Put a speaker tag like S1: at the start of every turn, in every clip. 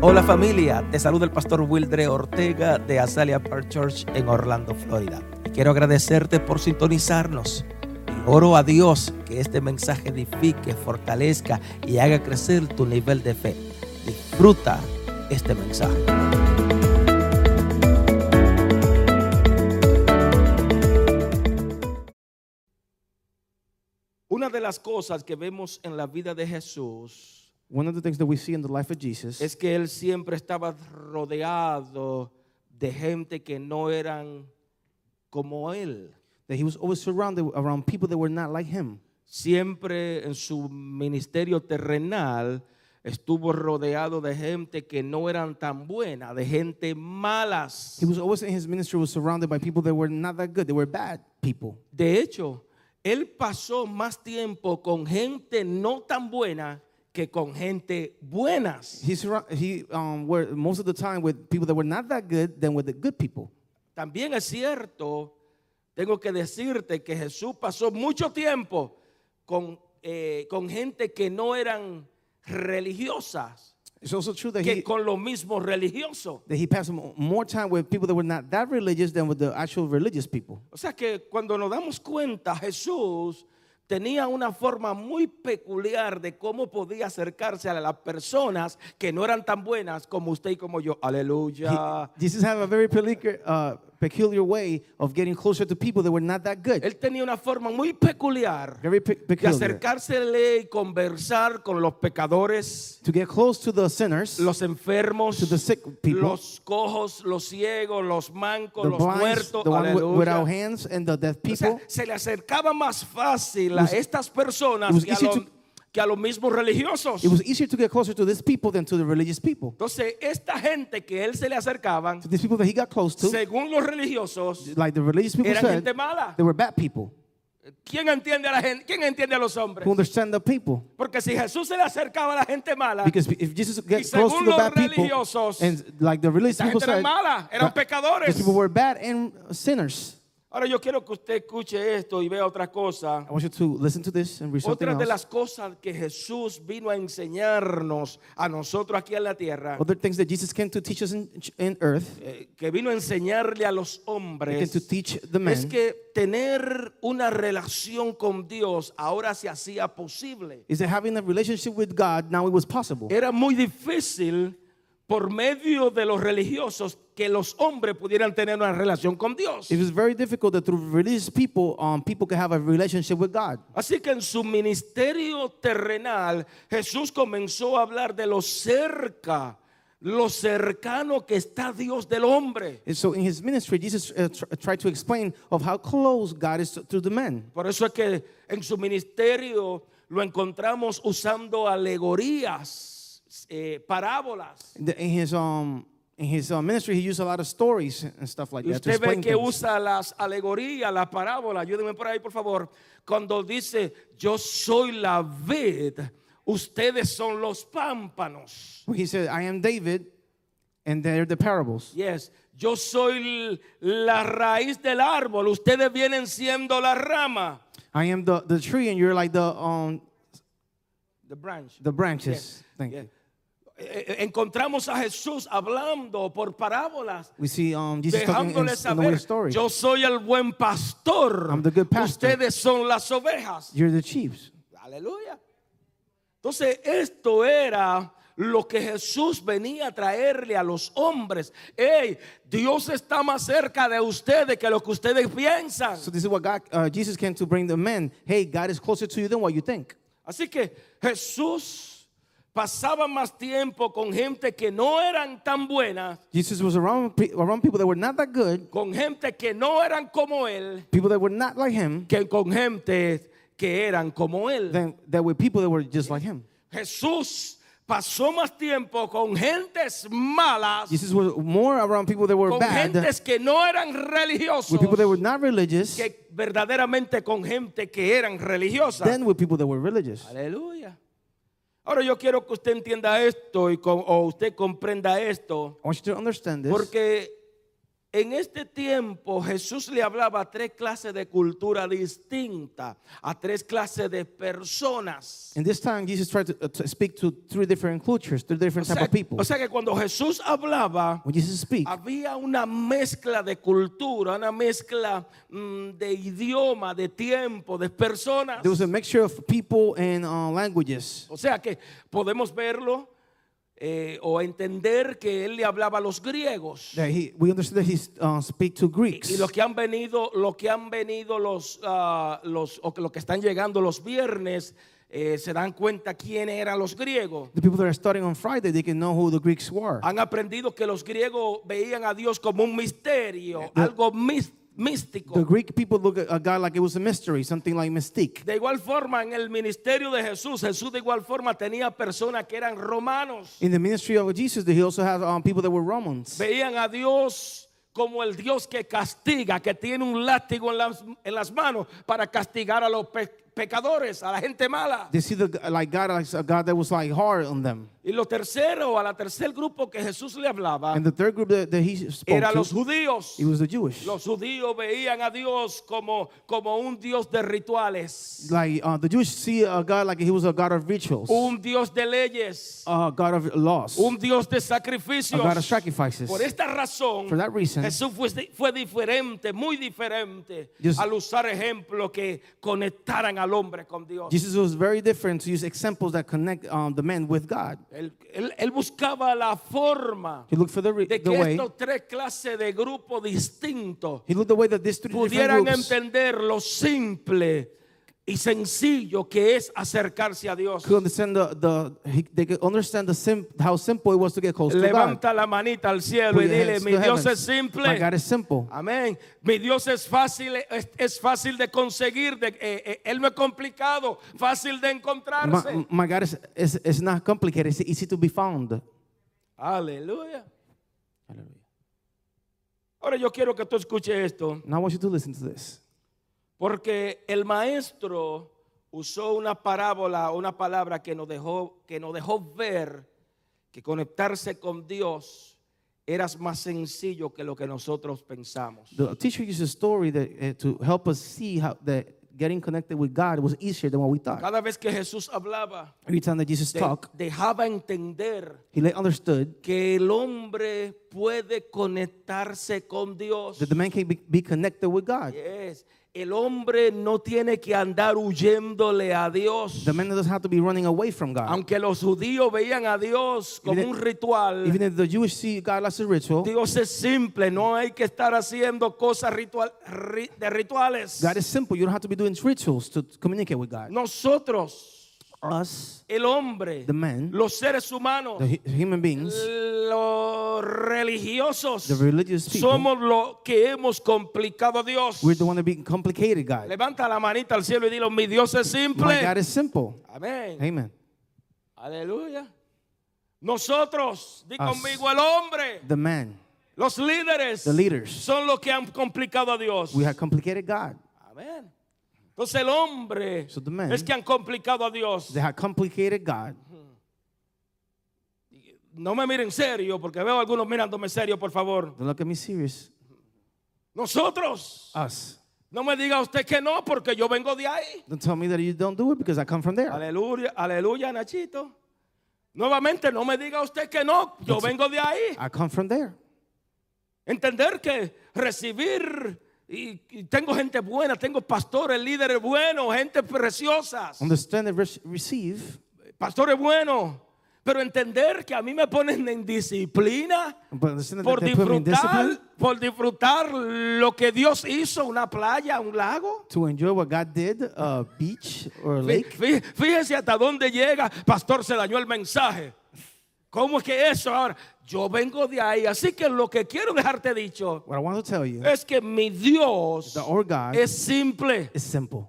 S1: Hola familia, te saluda el pastor Wildre Ortega de Azalea Park Church en Orlando, Florida. Y quiero agradecerte por sintonizarnos. Y oro a Dios que este mensaje edifique, fortalezca y haga crecer tu nivel de fe. Disfruta este mensaje. Una de las cosas que vemos en la vida de Jesús
S2: One of the things that we see in the life of Jesus
S1: es que él siempre estaba rodeado de gente que no eran como él.
S2: that he was always surrounded around people that were not like him.
S1: Siempre en su ministerio terrenal estuvo rodeado de gente que no eran tan buena, de gente malas.
S2: He was always in his ministry was surrounded by people that were not that good. They were bad people.
S1: De hecho, él pasó más tiempo con gente no tan buena que con gente buenas.
S2: He surra- he um, were most of the time with people that were not that good than with the good people.
S1: También es cierto, tengo que decirte que Jesús pasó mucho tiempo con, eh, con gente que no eran religiosas,
S2: It's also true that
S1: que
S2: he
S1: con lo mismo religioso.
S2: that he passed mo- more time with people that were not that religious than with the actual religious people.
S1: O sea que cuando nos damos cuenta, Jesús tenía una forma muy peculiar de cómo podía acercarse a las personas que no eran tan buenas como usted y como yo.
S2: He-
S1: Aleluya.
S2: Jesus had a very peculiar, uh, peculiar way of getting closer to people that were not that good.
S1: Él tenía una forma muy peculiar
S2: Very pe-
S1: de
S2: peculiar.
S1: acercársele y conversar con los pecadores.
S2: To get close to the sinners,
S1: los enfermos,
S2: To the sick people.
S1: los cojos, los ciegos, los mancos,
S2: the
S1: los
S2: blind,
S1: muertos,
S2: the one wi-
S1: aleluya.
S2: without hands, and the deaf
S1: O sea,
S2: people.
S1: se le acercaba más fácil a
S2: was-
S1: estas
S2: it
S1: personas
S2: was
S1: que a,
S2: easy
S1: lo-
S2: to-
S1: que a los mismos religiosos.
S2: It was easier to get closer to these people than to the religious people.
S1: Entonces, esta gente que él se le acercaban,
S2: To these people that he got close to,
S1: según los religiosos,
S2: like the religious people
S1: eran
S2: said,
S1: gente mala.
S2: they were bad people.
S1: ¿Quién entiende a la gente? ¿Quién entiende a los hombres?
S2: Who understand the people?
S1: Porque si Jesús se le acercaba a la gente mala,
S2: Because if Jesus gets
S1: según
S2: close to the
S1: los
S2: bad people,
S1: religiosos,
S2: and like the religious
S1: esa
S2: people
S1: gente era
S2: said,
S1: mala, eran
S2: but
S1: pecadores.
S2: these people were bad and sinners.
S1: ahora yo quiero que usted escuche esto y vea otra cosa.
S2: I want you to listen to this and read something
S1: Otra de
S2: else.
S1: las cosas que Jesús vino a enseñarnos a nosotros aquí en la tierra,
S2: Other things that Jesus came to teach us in, in earth,
S1: eh, que vino a enseñarle a los
S2: he came to
S1: hombres,
S2: teach the men.
S1: es que tener una relación con Dios ahora se hacía posible.
S2: is that having a relationship with God now it was possible.
S1: Era muy difícil por medio de los religiosos que los hombres pudieran tener una relación con Dios.
S2: It was very difficult that through religious people, um, people could have a relationship with God.
S1: Así que en su ministerio terrenal, Jesús comenzó a hablar de lo cerca, lo cercano que está Dios del hombre.
S2: And so in his ministry, Jesus uh, tr- tried to explain of how close God is to, to the men.
S1: Por eso es que en su ministerio lo encontramos usando alegorías, eh, parábolas.
S2: The- In his um, in his uh, ministry, he used a lot of stories and stuff like
S1: Y
S2: that to
S1: usted ve
S2: explain
S1: que
S2: things.
S1: usa las alegorías, las parábolas, ayúdenme por ahí por favor, cuando dice, yo soy la vid, ustedes son los pámpanos.
S2: Where he said, "I am David," and they're the parables.
S1: Yes, yo soy la raíz del árbol, ustedes vienen siendo la rama.
S2: I am the, the tree, and you're like the um,
S1: The branch.
S2: the branches. Thank
S1: Yeah.
S2: you.
S1: Eh, eh, Encontramos a Jesús hablando por parábolas.
S2: We see um, Jesus talking in,
S1: dejándole
S2: in the way
S1: saber,
S2: of story.
S1: yo soy el buen pastor,
S2: I'm the good pastor.
S1: ustedes son las ovejas.
S2: You're the chiefs.
S1: Aleluya. Entonces, esto era lo que Jesús venía a traerle a los hombres. Hey, Dios está más cerca de ustedes que lo que ustedes piensan.
S2: So this is what God, uh, Jesus came to bring the men. Hey, God is closer to you than what you think.
S1: Así que Jesús pasaba más tiempo con gente que no eran tan buenas,
S2: Jesus was around, pe- around people that were not that good,
S1: con gente que no eran como él,
S2: people that were not like him,
S1: que con gente que eran como él.
S2: than that were people that were just like him.
S1: Jesús pasó más tiempo con gentes malas,
S2: Jesus was more around people that were
S1: con
S2: bad,
S1: gentes que no eran
S2: with people that
S1: religiosos,
S2: were not religious,
S1: que verdaderamente con gente que eran religiosas.
S2: than with people that were religious.
S1: Aleluya. Ahora yo quiero que usted entienda esto y co- o usted comprenda esto,
S2: I want you to understand this
S1: porque En este tiempo Jesús le hablaba a tres clases de cultura distinta, a tres clases de personas.
S2: In this time, Jesus tried to, uh, to speak to three different cultures, three different
S1: O
S2: type
S1: sea,
S2: of people.
S1: o sea que cuando Jesús hablaba,
S2: when Jesus speaks,
S1: había una mezcla de cultura, una mezcla mm, de idioma, de tiempo, de personas.
S2: there was a mixture of people and uh, languages.
S1: O sea que podemos verlo eh, o entender que él le hablaba a los griegos.
S2: That he, we understand that he uh, speak to Greeks.
S1: Y los que han venido, los que han venido los, ah, los o que- los que están llegando los viernes, eh, se dan cuenta quién eran los griegos.
S2: the people that are starting on Friday, they can know who the Greeks were.
S1: Han aprendido que los griegos veían a Dios como un misterio, algo mis-
S2: the
S1: místico.
S2: Greek people look at a God like it was a mystery, something like mystique.
S1: De igual forma, en el ministerio de Jesús, Jesús de igual forma tenía personas que eran romanos.
S2: In the ministry of Jesus, he also had um, people that were Romans.
S1: Veían a Dios como el Dios que castiga, que tiene un látigo en las, en las manos para castigar a los pe- pecadores, a la gente mala.
S2: They see the like God like a God that was like hard on them.
S1: Y lo tercero, a la tercer grupo que Jesús le hablaba,
S2: And the third group that, that he spoke
S1: era
S2: to,
S1: los judíos.
S2: it was the Jewish.
S1: Los judíos veían a Dios como, como un Dios de rituales,
S2: Like uh, the Jewish see a God like he was a God of rituals,
S1: un Dios de leyes,
S2: a God of laws,
S1: un Dios de
S2: a God of
S1: sacrificios.
S2: sacrifices.
S1: Por esta razón,
S2: For that reason,
S1: Jesús fue, fue diferente, muy diferente,
S2: Yes.
S1: al usar ejemplos que conectaran al hombre con Dios.
S2: Jesus was very different to use examples that connect um, the man with God.
S1: Él, él- él buscaba la forma
S2: He looked for the, re-
S1: de
S2: the
S1: que
S2: way.
S1: estos tres clases de grupos distintos
S2: He looked the way that these three different
S1: pudieran
S2: groups
S1: entender lo simple y sencillo que es acercarse a Dios.
S2: could understand the, the he, they could understand the sim, how simple it was to get close to God.
S1: Levanta la manita al cielo
S2: Put
S1: y
S2: your
S1: dile,
S2: hands
S1: mi
S2: to
S1: Dios
S2: heavens.
S1: es
S2: My God
S1: simple.
S2: is simple.
S1: Amén. Mi Dios es fácil, es, es fácil de conseguir, de- eh, eh, él no es complicado, fácil de encontrarse.
S2: My, my God is, is, is not complicated. It's easy to be found.
S1: Aleluya. Ahora yo quiero que tú escuches esto,
S2: Now I want you to listen to this.
S1: porque el maestro usó una parábola, una palabra que nos dejó, que nos dejó ver que conectarse con Dios era más sencillo que lo que nosotros pensamos.
S2: The teacher used a story that, uh, to help us see how that getting connected with God was easier than what we thought.
S1: Cada vez que Jesús hablaba,
S2: Every time that Jesus
S1: de-
S2: talked,
S1: dejaba entender
S2: he let- understood
S1: que el hombre puede conectarse con Dios.
S2: that the man can be, be connected with God.
S1: Yes. El hombre no tiene que andar huyéndole a Dios.
S2: The man doesn't have to be running away from God.
S1: Aunque los judíos veían a Dios como
S2: Even
S1: un
S2: if-
S1: ritual,
S2: Even if the Jewish see God as a ritual,
S1: Dios es simple, no hay que estar haciendo cosas ritual, ri- de rituales.
S2: God is simple. You don't have to be doing rituals to communicate with God.
S1: Nosotros,
S2: Us,
S1: el hombre,
S2: The man.
S1: los seres humanos,
S2: the hu- human beings,
S1: los religiosos,
S2: the religious people,
S1: somos los que hemos complicado a Dios.
S2: we're the one to be complicated God.
S1: Levanta la manita al cielo y dilo, mi Dios es
S2: My God
S1: simple.
S2: is simple.
S1: Amén.
S2: Amen.
S1: Aleluya. Nosotros, di
S2: Us.
S1: conmigo, el hombre,
S2: The man,
S1: los líderes,
S2: the leaders,
S1: son los que han complicado a Dios.
S2: we have complicated God.
S1: Amén. Entonces el hombre
S2: So the man-
S1: es que han complicado a Dios.
S2: They have complicated God.
S1: No me miren serio, porque veo algunos mirándome serio, por favor.
S2: Don't look at me serious.
S1: Nosotros,
S2: Us.
S1: no me diga usted que no, porque yo vengo de ahí.
S2: Don't tell me that you don't do it because I come from there.
S1: Aleluya, aleluya, Nachito. Nuevamente, no me diga usted que no, yo vengo de ahí.
S2: I come from there.
S1: Entender que recibir y, y tengo gente buena, tengo pastores, líderes buenos, gente preciosa,
S2: Understand and re- receive,
S1: pastores buenos, pero entender que a mí me ponen en disciplina
S2: but understand that
S1: por
S2: they put me in discipline
S1: disfrutar, por disfrutar lo que Dios hizo, una playa, un lago.
S2: to enjoy what God did, a beach or a
S1: Fí-
S2: lake.
S1: fí- Fíjese hasta dónde llega, pastor, se dañó el mensaje. ¿Cómo es que eso ahora? Yo vengo de ahí, así que lo que quiero dejarte dicho
S2: What I want to tell you
S1: es que mi Dios
S2: that our God
S1: es simple.
S2: is simple.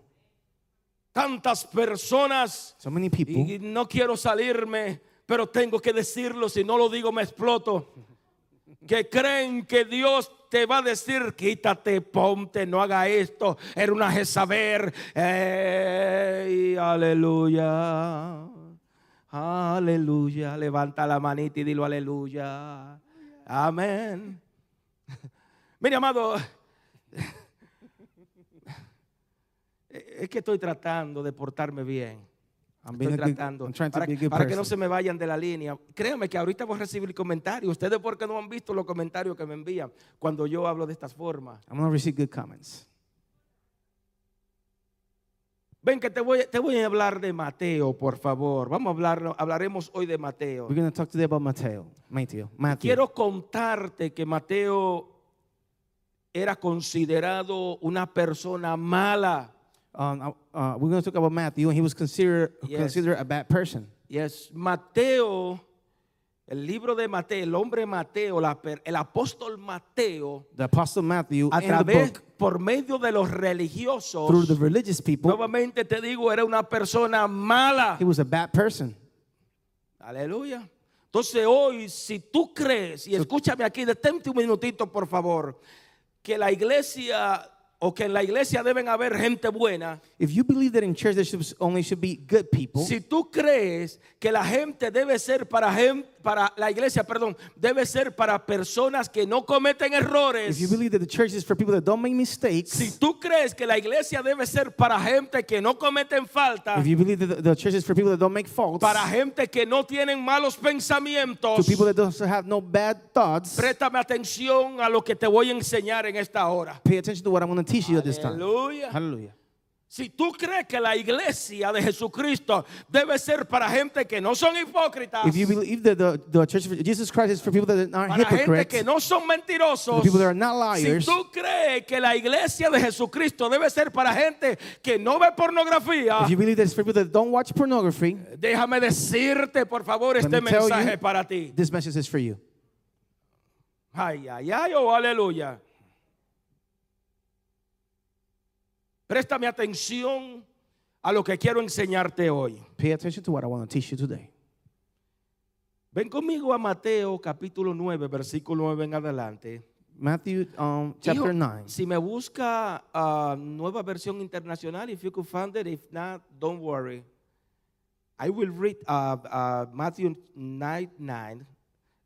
S1: tantas personas
S2: So many people,
S1: y no quiero salirme, pero tengo que decirlo, si no lo digo me exploto, que creen que Dios te va a decir, quítate, ponte, no haga esto, era una Jezabel, Ey, aleluya, aleluya, levanta la manita y dilo aleluya, amén. Mire, amado, es que estoy tratando de portarme bien.
S2: I'm being
S1: Estoy
S2: a good,
S1: tratando.
S2: I'm trying to
S1: Para,
S2: be a good
S1: para que
S2: person.
S1: no se me vayan de la línea. Créanme que ahorita voy a recibir comentarios. Ustedes porque no han visto los comentarios que me envían cuando yo hablo de estas formas.
S2: I'm gonna receive good comments.
S1: Ven que te voy, te voy a hablar de Mateo, por favor. Vamos a hablar, hablaremos hoy de Mateo.
S2: We're gonna talk today about Mateo. Mateo. Matthew.
S1: Quiero contarte que Mateo era considerado una persona mala.
S2: Um, uh, we're going to talk about Matthew, and he was considered
S1: Yes.
S2: considered a bad person.
S1: Y es Mateo, el libro de Mateo, el hombre Mateo, la per- el apóstol Mateo,
S2: The Apostle Matthew,
S1: a
S2: in the
S1: través,
S2: book,
S1: por medio de los
S2: through
S1: religiosos,
S2: the religious people,
S1: nuevamente te digo, era una persona mala.
S2: he was a bad person.
S1: Aleluya. Entonces hoy, si tú crees, y escúchame aquí, detente un minutito, por favor, que la iglesia o que en la iglesia deben haber gente buena,
S2: If you believe that in church there should only should be good people,
S1: si tú crees que la gente debe ser para gente, para la iglesia, perdón, debe ser para personas que no cometen errores.
S2: if you believe that the church is for people that don't make mistakes,
S1: Si tú crees que la iglesia debe ser para gente que no cometen falta,
S2: if you believe that the, the church is for people that don't make faults,
S1: para gente que no tienen malos
S2: to
S1: pensamientos,
S2: people that don't have no bad thoughts,
S1: préstame atención a lo que te voy a enseñar en esta hora.
S2: pay attention to what I'm going to teach you at this time.
S1: Aleluya.
S2: Hallelujah.
S1: Si tú crees que la iglesia de Jesucristo debe ser para gente que no son hipócritas,
S2: If you believe that the, the church of Jesus Christ is for people that aren't
S1: para gente
S2: hypocrites,
S1: que no son mentirosos,
S2: the people that are not liars,
S1: si tú crees que la iglesia de Jesucristo debe ser para gente que no ve pornografía,
S2: if you believe that it's for people that don't watch pornography,
S1: déjame decirte, por favor,
S2: Let
S1: este
S2: me tell
S1: mensaje
S2: you,
S1: para ti.
S2: This message is for you.
S1: Ay, ay, ay, oh, aleluya. Préstame atención a lo que quiero enseñarte hoy.
S2: Pay attention to what I want to teach you today.
S1: Ven conmigo a Mateo capítulo 9, versículo 9 en adelante.
S2: Matthew um, chapter
S1: Hijo,
S2: 9.
S1: Si me busca ah, nueva versión internacional, if you could find it, if not, don't worry. I will read ah, ah, Matthew 9, 9,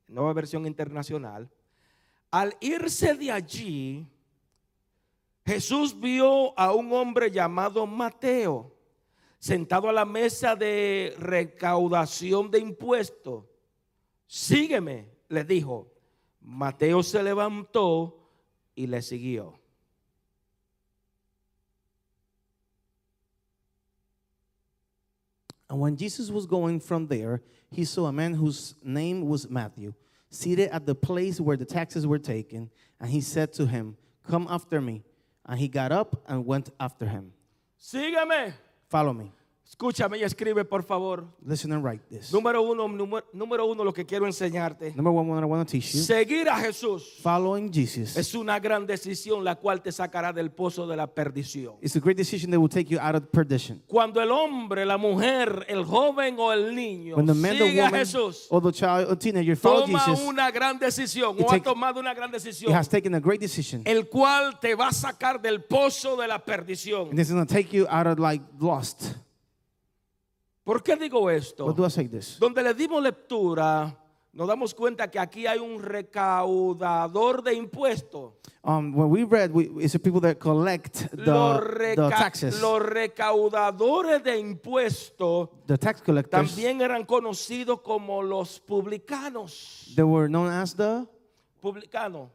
S1: nueva versión internacional. Al irse de allí, Jesús vio a un hombre llamado Mateo sentado a la mesa de recaudación de impuestos. Sígueme, le dijo. Mateo se levantó y le siguió.
S2: And when Jesus was going from there, he saw a man whose name was Matthew, seated at the place where the taxes were taken, and he said to him, Come after me. And he got up and went after him.
S1: Sígueme.
S2: Follow me.
S1: Escúchame y escribe, por favor.
S2: Listen and write this.
S1: Número uno, número, número uno, lo que quiero enseñarte.
S2: Number one, what I want to teach you
S1: Seguir a Jesús
S2: following Jesus
S1: es una gran decisión la cual te sacará del pozo de la perdición.
S2: is a great decision that will take you out of perdition.
S1: Cuando el hombre, la mujer, el joven o el niño
S2: When the man, the
S1: sigue a
S2: woman,
S1: Jesús,
S2: or the child, or teenager follow
S1: toma
S2: Jesus,
S1: una gran decisión
S2: It
S1: o ha
S2: take-
S1: tomado una gran
S2: it
S1: decisión,
S2: has taken a great decision.
S1: el cual te va a sacar del pozo de la perdición.
S2: And this is gonna take you out of like lost.
S1: ¿Por qué digo esto?
S2: What do I say this?
S1: Donde le dimos lectura, nos damos cuenta que aquí hay un recaudador de impuestos.
S2: Um, when we read, we, it's the people that collect the,
S1: Los,
S2: the
S1: reca-
S2: taxes.
S1: los recaudadores de impuestos
S2: The tax collectors.
S1: también eran conocidos como los publicanos.
S2: They were known as the.
S1: Publicanos,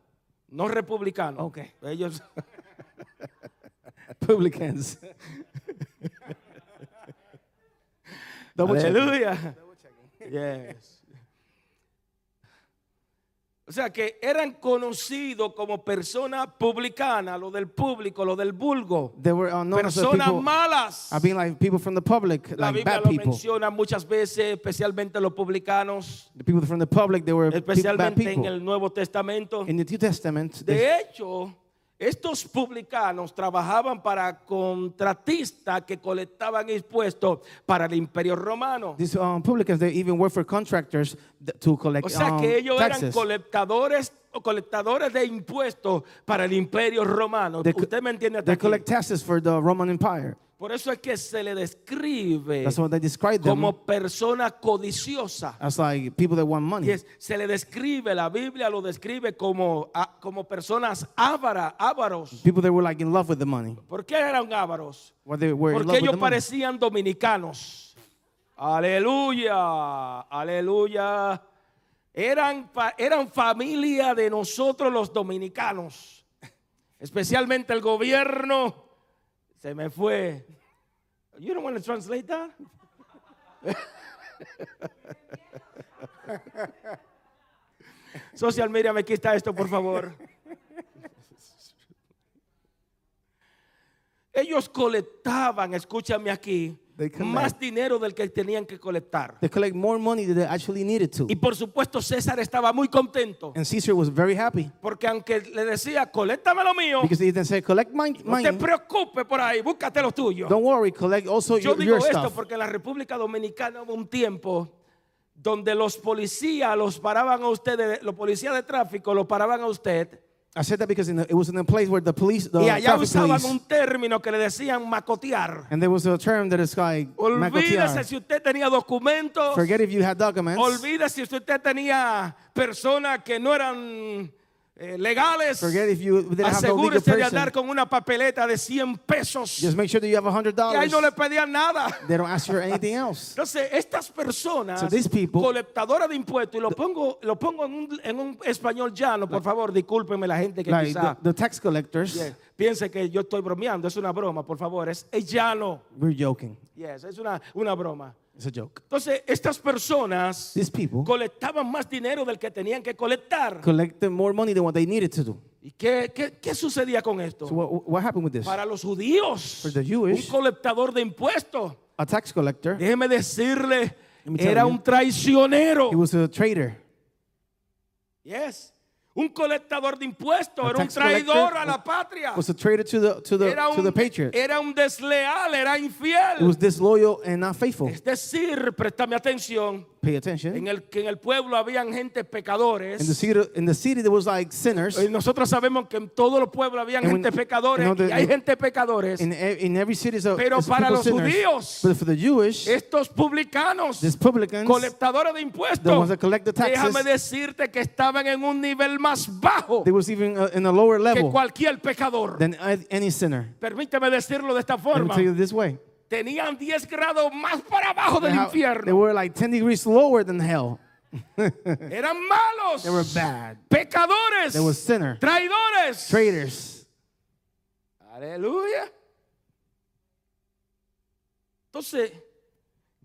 S1: no republicanos.
S2: Ok.
S1: Ellos,
S2: Publicans. Double check.
S1: Aleluya. Yes. O sea que eran conocidos como personas publicanas, lo del público, lo del vulgo.
S2: They were uh, known as the
S1: personas
S2: people.
S1: malas.
S2: I mean, like people from the public,
S1: La
S2: like
S1: Biblia
S2: bad
S1: lo
S2: people.
S1: menciona muchas veces, especialmente los publicanos,
S2: The people from the public, they were people, bad
S1: especialmente en
S2: people. este
S1: el Nuevo Testamento.
S2: In the New Testament, they,
S1: De hecho, estos publicanos trabajaban para contratistas que colectaban impuestos para el Imperio Romano.
S2: these um, publicans, they even work for contractors th- to collect
S1: O sea
S2: um,
S1: que ellos eran
S2: taxes.
S1: colectadores o colectadores de impuestos para el Imperio Romano.
S2: They co-
S1: Usted me entiende hasta
S2: They
S1: aquí?
S2: collect taxes for the Roman Empire.
S1: Por eso es que se le describe
S2: That's why they describe them
S1: Eh, como persona codiciosa.
S2: as like people that want money.
S1: Yes, se le describe, la Biblia lo describe como, a- como personas ávara, ávaros.
S2: People that were like in love with the money.
S1: ¿Por qué eran ávaros?
S2: What they were in
S1: Porque
S2: love with
S1: ellos
S2: the money.
S1: parecían dominicanos. Aleluya, aleluya. Eran, fa- eran familia de nosotros los dominicanos. Especialmente el gobierno. Se me fue. You don't want to translate that? Social media, me quita esto, por favor. Ellos colectaban, escúchame aquí,
S2: They collect.
S1: más dinero del que tenían que colectar.
S2: They collect more money than they actually needed to.
S1: Y por supuesto César estaba muy contento,
S2: And Caesar was very happy
S1: porque aunque le decía, colectame lo mío,
S2: because he didn't say, collect mine.
S1: no te
S2: mine.
S1: preocupes por ahí, búscate lo tuyo.
S2: Don't worry, collect also
S1: Yo
S2: your,
S1: digo
S2: your
S1: esto
S2: stuff.
S1: porque en la República Dominicana hubo un tiempo donde los policías los paraban a ustedes, los policías de tráfico los paraban a usted
S2: I said that because in the, it was in a place where the police, the
S1: y allá
S2: traffic
S1: usaban
S2: police,
S1: un término que le decían macotear.
S2: and there was a term that is like
S1: Olvídese
S2: macotear.
S1: si usted tenía documentos,
S2: Forget if you had documents.
S1: olvídese si usted tenía personas que no eran eh, legales.
S2: Forget if you didn't have no legal
S1: Asegúrese de
S2: person.
S1: andar con una papeleta de 100 pesos.
S2: Just make sure that you have a hundred
S1: Y ahí
S2: dollars.
S1: no le pedían nada.
S2: They don't ask for anything else.
S1: Entonces, estas personas
S2: So these people-
S1: colectadoras de impuestos, y lo pongo, lo pongo en, un, en un español llano, por favor, discúlpeme la gente que
S2: Like
S1: quizá
S2: the, the tax collectors,
S1: yes, piense que yo estoy bromeando, es una broma, por favor, es, es llano,
S2: we're joking.
S1: Yes, es una, una broma.
S2: It's a joke.
S1: Entonces, estas personas
S2: These people
S1: colectaban más dinero del que tenían que colectar.
S2: collected more money than what they needed to do.
S1: ¿Y qué, qué, qué sucedía con esto?
S2: So what, what happened with this?
S1: Para los judíos,
S2: For the Jewish-
S1: un colectador de impuestos,
S2: A tax collector,
S1: déjeme decirle,
S2: me tell
S1: era
S2: you.
S1: un traicionero.
S2: he was a traitor.
S1: Yes. Un colectador de impuestos,
S2: A
S1: era un
S2: tax collector
S1: traidor a la
S2: was-
S1: patria.
S2: Was a traitor to the to the
S1: Era
S2: to
S1: un,
S2: the patriot.
S1: era un desleal, era
S2: He was
S1: infiel.
S2: disloyal and not faithful.
S1: Es decir, préstame atención,
S2: Pay attention.
S1: en el que en el pueblo habían gente
S2: In the
S1: pecadores.
S2: city, in the city, there was like sinners.
S1: Y nosotros sabemos que en todos los pueblos habían
S2: And
S1: gente
S2: when-
S1: pecadores
S2: and all the-
S1: y hay gente pecadores.
S2: In, e- in every city, is a,
S1: Pero
S2: is
S1: para
S2: people
S1: los
S2: sinners.
S1: judíos,
S2: but for the Jewish,
S1: Estos publicanos,
S2: these publicans,
S1: colectadores de
S2: the ones
S1: impuestos,
S2: that collect the taxes,
S1: déjame decirte que estaban en un nivel más bajo
S2: they was even uh, in a lower
S1: que
S2: level
S1: cualquier pecador.
S2: than a- any sinner.
S1: Permíteme decirlo de esta
S2: Let me
S1: forma.
S2: tell you this way:
S1: tenían 10 grados más para abajo del
S2: They ha- they
S1: infierno.
S2: were like ten degrees lower than hell.
S1: Eran
S2: They were
S1: malos,
S2: bad.
S1: pecadores,
S2: They were sinner,
S1: traidores.
S2: traitors.
S1: Aleluya. Entonces,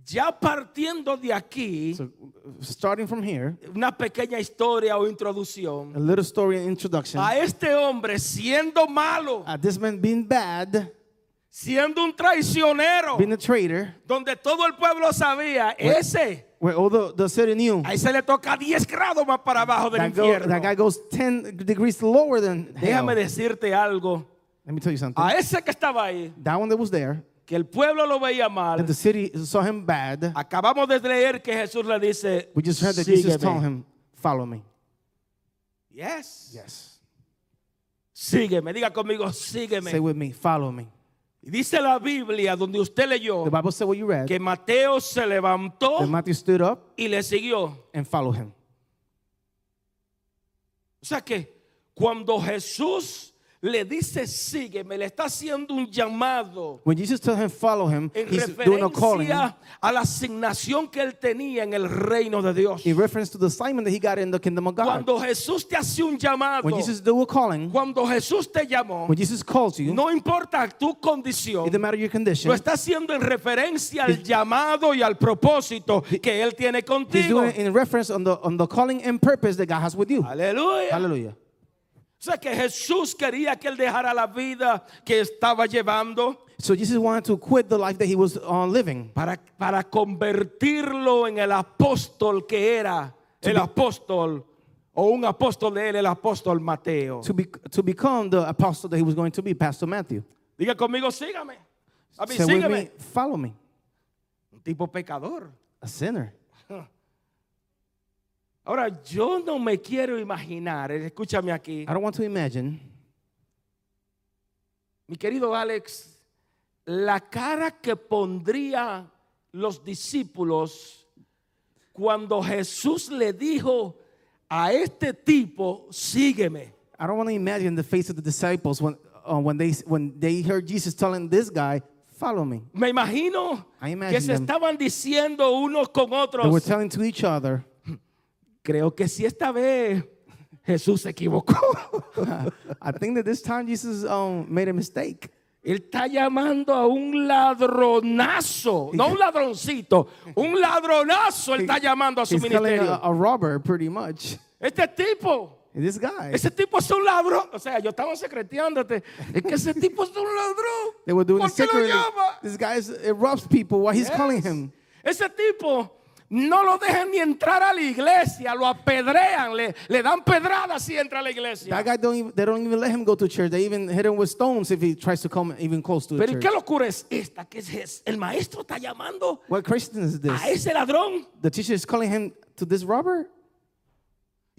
S1: ya partiendo de aquí,
S2: So, uh, starting from here,
S1: una pequeña historia o
S2: a
S1: introducción.
S2: little story and introduction.
S1: A este hombre siendo malo,
S2: Uh, this man being bad,
S1: siendo un traicionero,
S2: being a traitor,
S1: donde todo el pueblo sabía, ese,
S2: where all the, the city knew.
S1: ahí se le toca 10 grados más para abajo del
S2: That, go,
S1: infierno.
S2: that guy goes 10 degrees lower than hell.
S1: Déjame decirte algo.
S2: Let me tell you something.
S1: A ese que estaba ahí,
S2: that one that was there,
S1: que el pueblo lo veía mal,
S2: that the city saw him bad.
S1: acabamos de leer que Jesús le dice,
S2: We just heard that Jesus told him, Follow me.
S1: Yes.
S2: Yes.
S1: sígueme, diga conmigo,
S2: Say
S1: sígueme.
S2: with me, follow me.
S1: Y dice la Biblia donde usted leyó
S2: The Bible said what you read.
S1: que Mateo se levantó
S2: Then Matthew stood up
S1: y le siguió. O
S2: and followed him.
S1: sea que cuando Jesús le dice, sígueme, le está haciendo un llamado
S2: When Jesus told him, follow him,
S1: en
S2: he's doing a calling
S1: referencia a la asignación que él tenía en el reino de Dios.
S2: in reference to the assignment that he got in the kingdom of God.
S1: Cuando Jesús te hace un llamado,
S2: When Jesus do a calling,
S1: cuando Jesús te llamó,
S2: when Jesus calls you,
S1: No importa tu condición,
S2: it doesn't matter your condition.
S1: lo está haciendo en referencia al llamado y al propósito que Él tiene
S2: He's
S1: contigo.
S2: doing it in reference on the on the calling and purpose that God has with you.
S1: Aleluya. O
S2: Hallelujah.
S1: sea que Jesús quería que Él dejara la vida que estaba llevando
S2: So Jesus wanted to quit the life that he was uh, living
S1: para, para convertirlo en el apóstol que era el apóstol o un apóstol de Él, el apóstol Mateo.
S2: to be to become the apostle that he was going to be, Pastor Matthew.
S1: Diga conmigo, sígame. A mí,
S2: Say with me,
S1: sígueme.
S2: follow me,
S1: Un tipo pecador.
S2: a sinner.
S1: Ahora, yo no me quiero imaginar, eh, escúchame
S2: Ah.
S1: aquí.
S2: I don't want to imagine
S1: Mi querido Alex, la cara que pondría los discípulos cuando Jesús le dijo a este tipo, sígueme.
S2: I don't want to imagine the face of the disciples when, uh, when, they, when they heard Jesus telling this guy, follow me.
S1: Me imagino
S2: I imagine
S1: que se
S2: them.
S1: estaban diciendo unos con
S2: They were
S1: otros.
S2: telling to each other,
S1: Creo que si esta vez Jesús se equivocó.
S2: I think that this time Jesus um, made a mistake.
S1: Él está llamando a un ladronazo, no un ladroncito, un ladronazo él está llamando a su
S2: He's telling uh, a,
S1: ministerio.
S2: a robber pretty much.
S1: Este tipo,
S2: This guy.
S1: ese tipo es un ladrón. O sea, yo estaba secreteándote. Es que ese tipo es un ladrón.
S2: They were doing it
S1: ¿Por qué lo
S2: secretly.
S1: llama?
S2: This guy is, it robs people while he's calling
S1: Yes.
S2: him.
S1: Ese tipo no lo dejan ni entrar a la iglesia, lo apedrean, le, le dan pedradas si entra a la iglesia.
S2: That guy don't even, they don't even let him go to church. They even hit him with stones if he tries to come even close to the
S1: Pero ¿y
S2: church.
S1: qué locura es esta? Que es- es, el maestro está llamando
S2: What Christian is
S1: a
S2: this?
S1: ese ladrón.
S2: The teacher is calling him to this robber.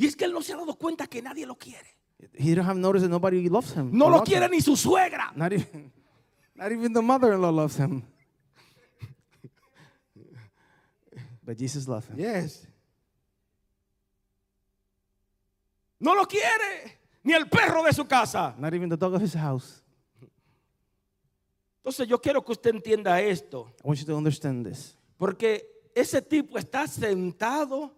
S1: Y es que él no se ha dado cuenta que nadie lo quiere.
S2: He don't have noticed that nobody loves him.
S1: No
S2: or
S1: lo
S2: loves
S1: quiere
S2: him.
S1: ni su suegra.
S2: Not even, not even the mother-in-law loves him. But Jesus loves him.
S1: No lo quiere ni el perro de su casa.
S2: Not even the dog of his house.
S1: Entonces yo quiero que usted entienda esto,
S2: I want you to understand this.
S1: porque ese tipo está sentado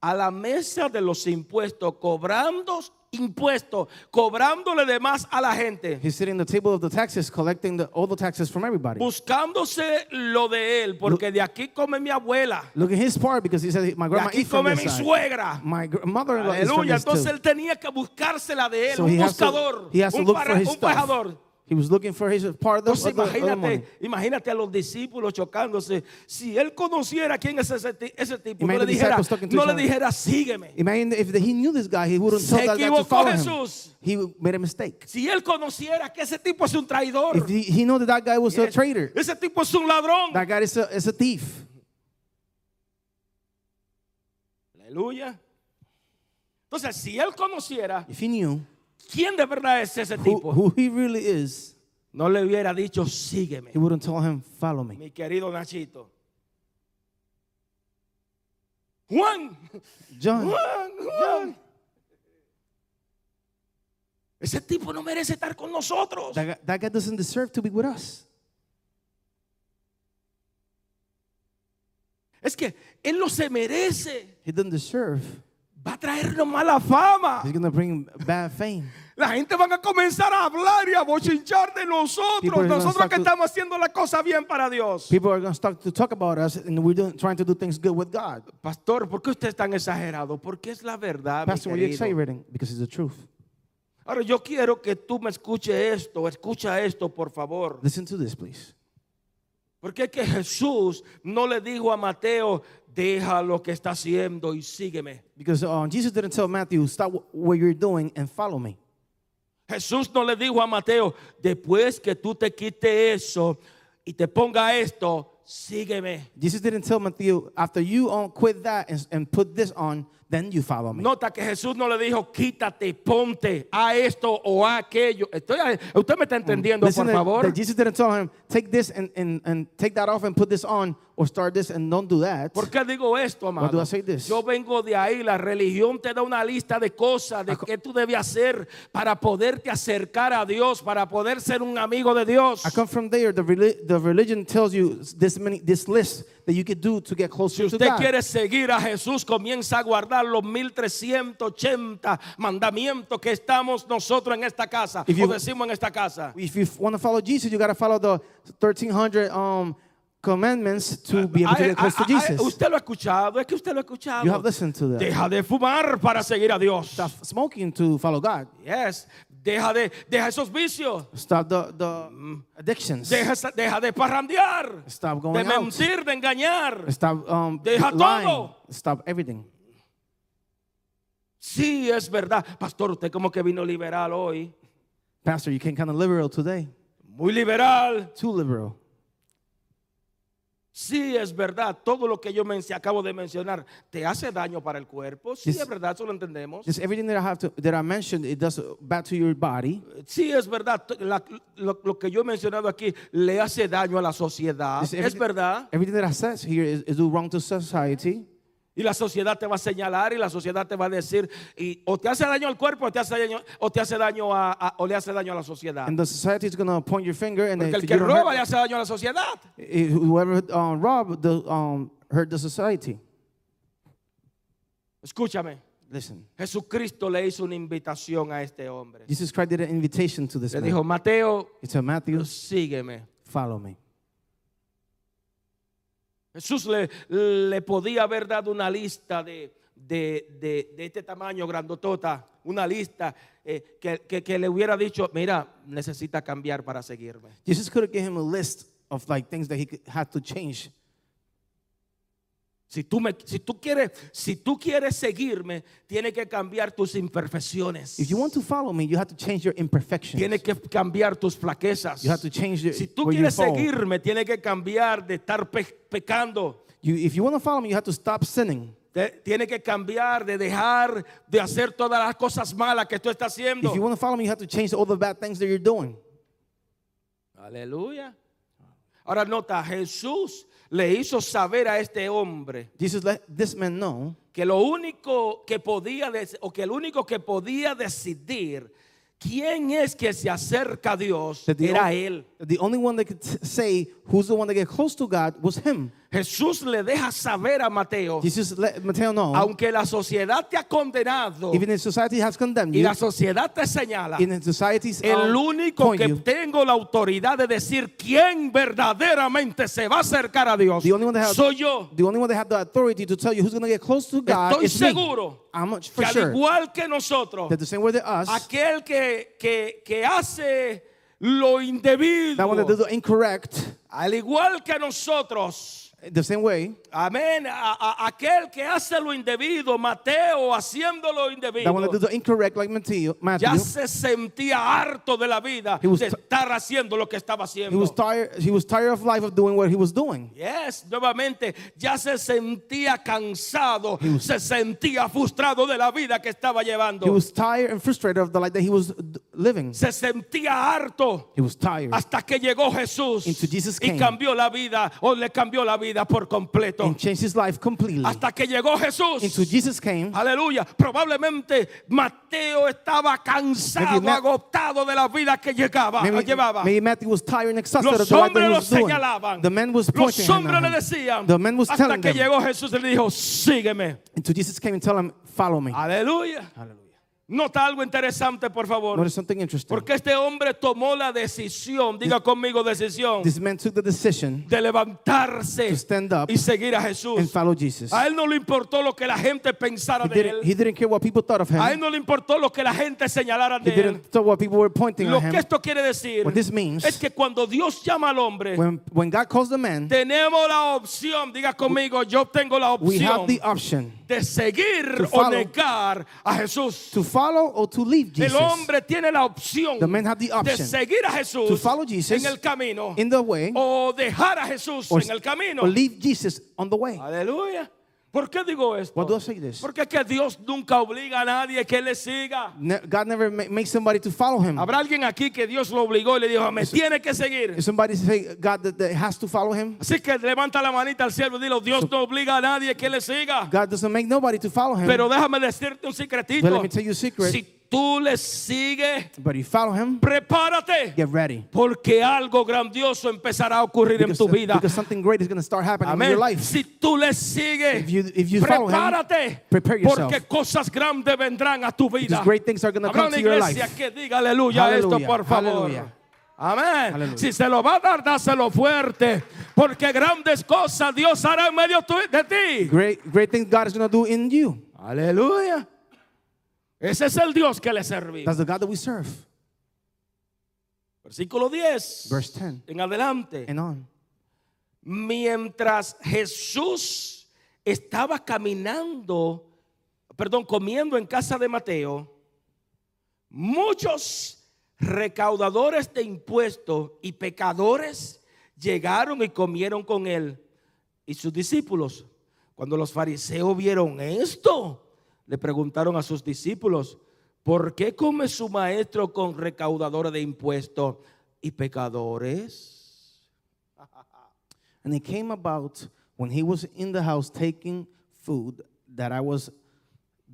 S1: a la mesa de los impuestos, cobrando impuestos, cobrándole de más a la gente,
S2: He's sitting at the table of the taxes, collecting the, all the taxes from everybody.
S1: buscándose lo de él, porque de aquí come mi abuela,
S2: Look at his part because he said, "My
S1: de
S2: grandma
S1: aquí
S2: eat from
S1: come
S2: this
S1: mi
S2: side.
S1: suegra.
S2: My gr- mother-in-law is from
S1: Aleluya,
S2: this
S1: entonces
S2: too."
S1: él tenía que buscársela de él,
S2: So he
S1: un
S2: has, to,
S1: buscador,
S2: he has to
S1: un,
S2: look
S1: para-
S2: for his
S1: un
S2: stuff.
S1: pajador.
S2: He was looking for his part of the,
S1: Entonces
S2: of the- of the money.
S1: imagínate, imagínate a los discípulos chocándose. Si él conociera quién es ese, ti- ese tipo, no
S2: Imagine
S1: le
S2: the
S1: dijera,
S2: disciples talking to
S1: no
S2: each
S1: le
S2: other.
S1: dijera, sígueme.
S2: Imagine if he knew this guy, he wouldn't
S1: Se
S2: tell that guy to
S1: equivocó
S2: follow
S1: Jesús.
S2: him. He made a mistake.
S1: Si él conociera que ese tipo es un traidor,
S2: If he, he knew that that guy was a traitor,
S1: ese tipo es un ladrón.
S2: that guy is a, is a thief.
S1: Aleluya. Entonces, si él conociera
S2: If he knew
S1: quién de verdad es ese
S2: who,
S1: tipo,
S2: who he really is,
S1: no le hubiera dicho, sígueme,
S2: he wouldn't tell him, follow me.
S1: mi querido Nachito. Juan,
S2: John,
S1: Juan, Juan. Ese tipo no merece estar con nosotros.
S2: that guy, that guy doesn't deserve to be with us.
S1: Es que él no se merece.
S2: He doesn't deserve.
S1: Va a traernos mala fama.
S2: He's going to bring bad fame.
S1: La gente van a comenzar a hablar y a bochinchar de
S2: People
S1: nosotros.
S2: are gonna
S1: Nosotros
S2: start
S1: que
S2: to-
S1: estamos haciendo la cosa bien para Dios.
S2: People are going to start to talk about us, and we're doing, trying to do things good with God.
S1: Pastor, ¿por qué usted es tan exagerado? Porque es la verdad. mi
S2: Pastor, why are you
S1: querido.
S2: exaggerating? Because it's the truth.
S1: Ahora yo quiero que tú me escuches esto. Escucha esto, por favor.
S2: Listen to this, please.
S1: Porque es que Jesús no le dijo a Mateo, deja lo que está haciendo y sígueme.
S2: Because uh, Jesus didn't tell Matthew, stop wh- what you're doing and follow me.
S1: Jesús no le dijo a Mateo, después que tú te quites eso y te ponga esto, sígueme.
S2: Jesus didn't tell Matthew, after you um, quit that and, and put this on, then you follow me.
S1: Nota que Jesús no le dijo, quítate, ponte a esto o a aquello. Estoy, usted me está entendiendo,
S2: Mm. Listen
S1: por
S2: that-
S1: favor.
S2: that Jesus didn't tell him, take this and, and, and take that off and put this on, or start this and don't do that.
S1: ¿Por qué digo esto, amado?
S2: do I say this?
S1: Yo vengo de ahí, la religión te da una lista de cosas, de qué tú debes hacer para poderte acercar a Dios, para poder ser un amigo de Dios.
S2: I come from there. The, reli- the religion tells you this many, this list that you could do to get
S1: Si
S2: closer to
S1: usted
S2: God.
S1: quiere seguir a Jesús, comienza a guardar los 1380 mandamientos que estamos nosotros en esta casa,
S2: If you-
S1: o decimos en esta casa.
S2: if you want to follow Jesus, you got to follow the 1,300 um, commandments to be able to
S1: Ay,
S2: get close to
S1: ay, ay,
S2: Jesus.
S1: usted lo ha escuchado, es que usted lo ha escuchado.
S2: You have listened to that.
S1: Deja de fumar para seguir a Dios.
S2: Stop smoking to follow God.
S1: Yes. Deja de deja esos vicios.
S2: Stop the, the mm, addictions.
S1: Deja, esa- deja de parrandear.
S2: Stop
S1: de
S2: going out.
S1: mentir, de engañar.
S2: Stop um,
S1: Deja
S2: lying.
S1: todo.
S2: Stop everything.
S1: Sí, es verdad. Pastor, usted como que vino liberal hoy.
S2: Pastor, you came kind of liberal today.
S1: Muy liberal.
S2: Too liberal.
S1: Sí, es verdad, todo lo que yo men- acabo de mencionar te hace daño para el cuerpo. Sí,
S2: Yes.
S1: es verdad, eso lo entendemos.
S2: Just everything that I have to, that I mentioned, it does bad to your body.
S1: Sí, es verdad, t- la- lo, lo que yo he mencionado aquí le hace daño a la sociedad.
S2: Just
S1: Es
S2: everything-
S1: verdad.
S2: Everything that I says here is, is do wrong to society.
S1: Y la sociedad te va a señalar y la sociedad te va a decir, y, o te hace daño al cuerpo o te hace daño, o te hace daño a, a- o le hace daño a la sociedad.
S2: And the society is gonna point your finger, and
S1: Porque
S2: if
S1: el
S2: you
S1: que
S2: don't hurt-
S1: roba le hace daño a la sociedad.
S2: eh, whoever um, rob the um, hurt the society.
S1: Escúchame,
S2: Listen,
S1: Jesucristo le hizo una invitación a este hombre.
S2: Jesus Christ did an invitation to this
S1: Le
S2: man.
S1: dijo, Mateo,
S2: he said, Matthew,
S1: sígueme.
S2: follow me.
S1: Jesús le, le podía haber dado una lista de, de- de- de este tamaño, grandotota, una lista eh, que, que- que le hubiera dicho, mira, necesita cambiar para seguirme.
S2: Jesus could have given him a list of like things that he could, had to change.
S1: Si tú, me, si, tú quieres, si tú quieres seguirme, tienes que cambiar tus imperfecciones.
S2: If you want to follow me, you have to change your imperfections.
S1: Tienes que cambiar tus flaquezas.
S2: You have to change the-
S1: si tú
S2: where you
S1: quieres
S2: fall.
S1: seguirme, tienes que cambiar de estar pe- pecando.
S2: You, if you want to follow me, you have to stop sinning.
S1: Te- Tienes que cambiar de dejar de hacer todas las cosas malas que tú estás haciendo.
S2: If you want to follow me, you have to change all the bad things that you're doing.
S1: Aleluya. Ahora nota, Jesús le hizo saber a este hombre
S2: Jesus let this man know
S1: que lo único que podía dec- o que el único que podía decidir quién es que se acerca a Dios
S2: that the,
S1: era
S2: on-
S1: él.
S2: the only one that could t- say who's the one that get close to God was him.
S1: Jesús le deja saber a Mateo,
S2: Jesus let Mateo know,
S1: aunque la sociedad te ha condenado
S2: even if society has condemned
S1: y
S2: you,
S1: la sociedad te señala,
S2: in society's
S1: el
S2: um,
S1: único
S2: point
S1: que
S2: you,
S1: tengo la autoridad de decir quién verdaderamente se va a acercar a Dios
S2: The only one that has-
S1: soy yo.
S2: the only one that had the authority to tell you who's going to get close to God
S1: Estoy
S2: is me.
S1: seguro
S2: I'm much for
S1: Que al
S2: sure
S1: igual que nosotros,
S2: that the same way that us,
S1: aquel que, que, que hace lo indebido,
S2: that one that does the incorrect,
S1: al igual que nosotros,
S2: the same way,
S1: amén, a- a- aquel que hace lo indebido, Mateo haciendo lo
S2: that one that does
S1: indebido,
S2: the incorrect, like Matthew,
S1: ya
S2: Matthew
S1: se sentía harto de la vida
S2: He was
S1: de
S2: t-
S1: estar haciendo lo que estaba
S2: he was
S1: haciendo.
S2: tired. He was tired of life of doing what he was doing.
S1: Yes, nuevamente ya se sentía cansado, se sentía frustrado de la vida que estaba
S2: He
S1: llevando,
S2: was tired and frustrated of the life that he was d- living.
S1: se sentía harto.
S2: He was tired
S1: Hasta que llegó Jesús
S2: Mm. Into Jesus
S1: y
S2: came.
S1: cambió la vida o le cambió la vida por completo.
S2: and changed his life completely.
S1: Hasta que llegó Jesús.
S2: Into Jesus came.
S1: Aleluya. Probablemente Mateo estaba cansado,
S2: Maybe Ma-
S1: agotado de la vida que llegaba,
S2: Maybe,
S1: llevaba.
S2: maybe Matthew was tired and exhausted of
S1: Los
S2: the life that
S1: hombres
S2: he
S1: lo
S2: was doing.
S1: señalaban.
S2: The man was pointing
S1: Los
S2: him
S1: hombres
S2: at
S1: le
S2: him.
S1: decían.
S2: The man was
S1: hasta
S2: telling
S1: que
S2: them.
S1: llegó Jesús y le dijo, sígueme.
S2: And to Jesus came and tell him, follow me.
S1: Aleluya. Nota algo interesante, por favor.
S2: Notice something interesting.
S1: Porque este hombre tomó la decisión, diga conmigo decisión,
S2: This man took the decision
S1: de levantarse
S2: to stand up
S1: y seguir a Jesús.
S2: and follow Jesus.
S1: A él no le importó lo que la gente pensara
S2: He
S1: de él.
S2: didn't, he didn't care what people thought of
S1: a él
S2: him.
S1: no le importó lo que la gente señalara de
S2: He
S1: él.
S2: didn't thought what people were pointing
S1: Lo
S2: at
S1: que
S2: him.
S1: esto quiere decir
S2: What this means-
S1: es que cuando Dios llama al hombre,
S2: When, when God calls the man,
S1: tenemos la opción, diga conmigo, yo tengo la
S2: we
S1: opción
S2: have the option
S1: de seguir
S2: to
S1: o
S2: follow
S1: negar a Jesús.
S2: to follow or to leave
S1: El
S2: Jesus.
S1: hombre tiene la opción
S2: The man had the
S1: de
S2: option
S1: seguir a Jesús
S2: to follow Jesus
S1: en el camino
S2: in the way
S1: o dejar a Jesús
S2: or,
S1: en el camino.
S2: or leave Jesus on the way.
S1: Aleluya. ¿Por qué digo esto?
S2: Why do I say this?
S1: Porque es que Dios nunca obliga a nadie que le siga.
S2: Ne- God never ma- makes somebody to follow him.
S1: Habrá alguien aquí que Dios lo obligó y le dijo, me tiene que seguir.
S2: If somebody say God that, that has to follow him,
S1: Así que levanta la manita al cielo y dilo, Dios no obliga a nadie que le siga.
S2: God doesn't make nobody to follow him.
S1: Pero déjame decirte un
S2: But
S1: secretito.
S2: let me tell you a secret.
S1: Si tú le sigues,
S2: but you follow him,
S1: prepárate.
S2: get ready.
S1: Porque algo grandioso empezará a ocurrir en
S2: Because,
S1: tu vida.
S2: because something great is going to start happening in
S1: Amén.
S2: your life.
S1: Si tú le sigues,
S2: If you- if you follow him,
S1: prepárate.
S2: prepare yourself.
S1: porque cosas grandes vendrán a tu vida.
S2: Because great things are gonna
S1: Habrá
S2: come
S1: una
S2: to your
S1: iglesia
S2: life.
S1: que diga aleluya a esto,
S2: Hallelujah,
S1: por favor.
S2: hallelujah.
S1: Amén.
S2: Hallelujah.
S1: Si se lo va a dar, dáselo fuerte. Porque grandes cosas Dios hará en medio tu- de ti.
S2: Great, great things God is going to do in you.
S1: Aleluya. Ese es el Dios que le servimos.
S2: That's the God that we serve.
S1: Versículo 10.
S2: Verse 10
S1: En adelante.
S2: and on.
S1: mientras Jesús estaba caminando, perdón, comiendo en casa de Mateo, muchos recaudadores de impuestos y pecadores llegaron y comieron con él, Y sus discípulos, cuando los fariseos vieron esto, le preguntaron a sus discípulos, ¿por qué come su maestro con recaudadores de impuestos y pecadores?
S2: And it came about when he was in the house taking food that I was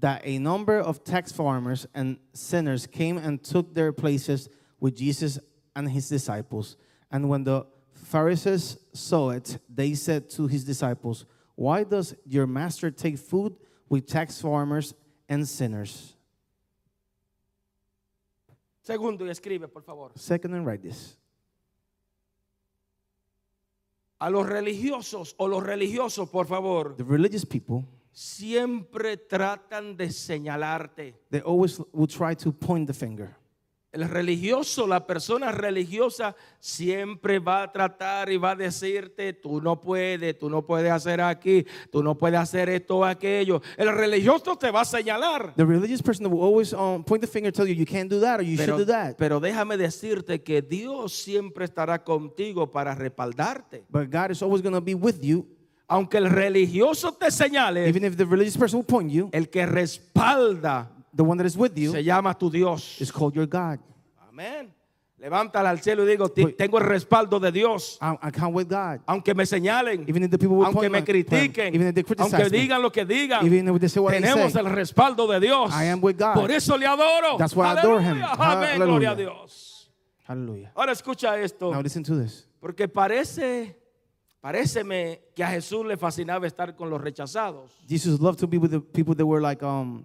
S2: that a number of tax farmers and sinners came and took their places with Jesus and his disciples. And when the Pharisees saw it, they said to his disciples, Why does your master take food with tax farmers and sinners?
S1: Segundo, y escribe, por favor.
S2: Second, and write this.
S1: A los religiosos o los religiosos, por favor,
S2: The religious people,
S1: siempre tratan de señalarte.
S2: they always will try to point the finger.
S1: El religioso, la persona religiosa, siempre va a tratar y va a decirte, tú no puedes, tú no puedes hacer aquí, tú no puedes hacer esto o aquello. El religioso te va a señalar.
S2: The religious person will always um, point the finger, tell you you can't do that or you should
S1: Pero,
S2: do that.
S1: pero déjame decirte que Dios siempre estará contigo para respaldarte.
S2: But God is always going to be with you,
S1: Aunque el religioso te señale,
S2: even if the religious person will point you.
S1: el que respalda
S2: The one that is with you
S1: se llama tu Dios.
S2: is called your God.
S1: Amén. Levántala al cielo y digo, "Ti- tengo el respaldo de Dios.
S2: I, I count with God.
S1: Aunque me señalen,
S2: Even if the people will
S1: aunque
S2: point
S1: me
S2: my- point,
S1: critiquen,
S2: even if they criticize
S1: aunque
S2: me,
S1: digan lo que digan,
S2: even if they say what they
S1: tenemos
S2: say,
S1: el respaldo de Dios.
S2: I am with God.
S1: Por eso le adoro.
S2: That's why I adore him.
S1: Aleluya. Amén, gloria a
S2: Hallelujah.
S1: Dios.
S2: Hallelujah.
S1: Ahora escucha esto.
S2: Now listen to this.
S1: Porque parece, paréceme que a Jesús le fascinaba estar con los rechazados.
S2: Jesus loved to be with the people that were like um,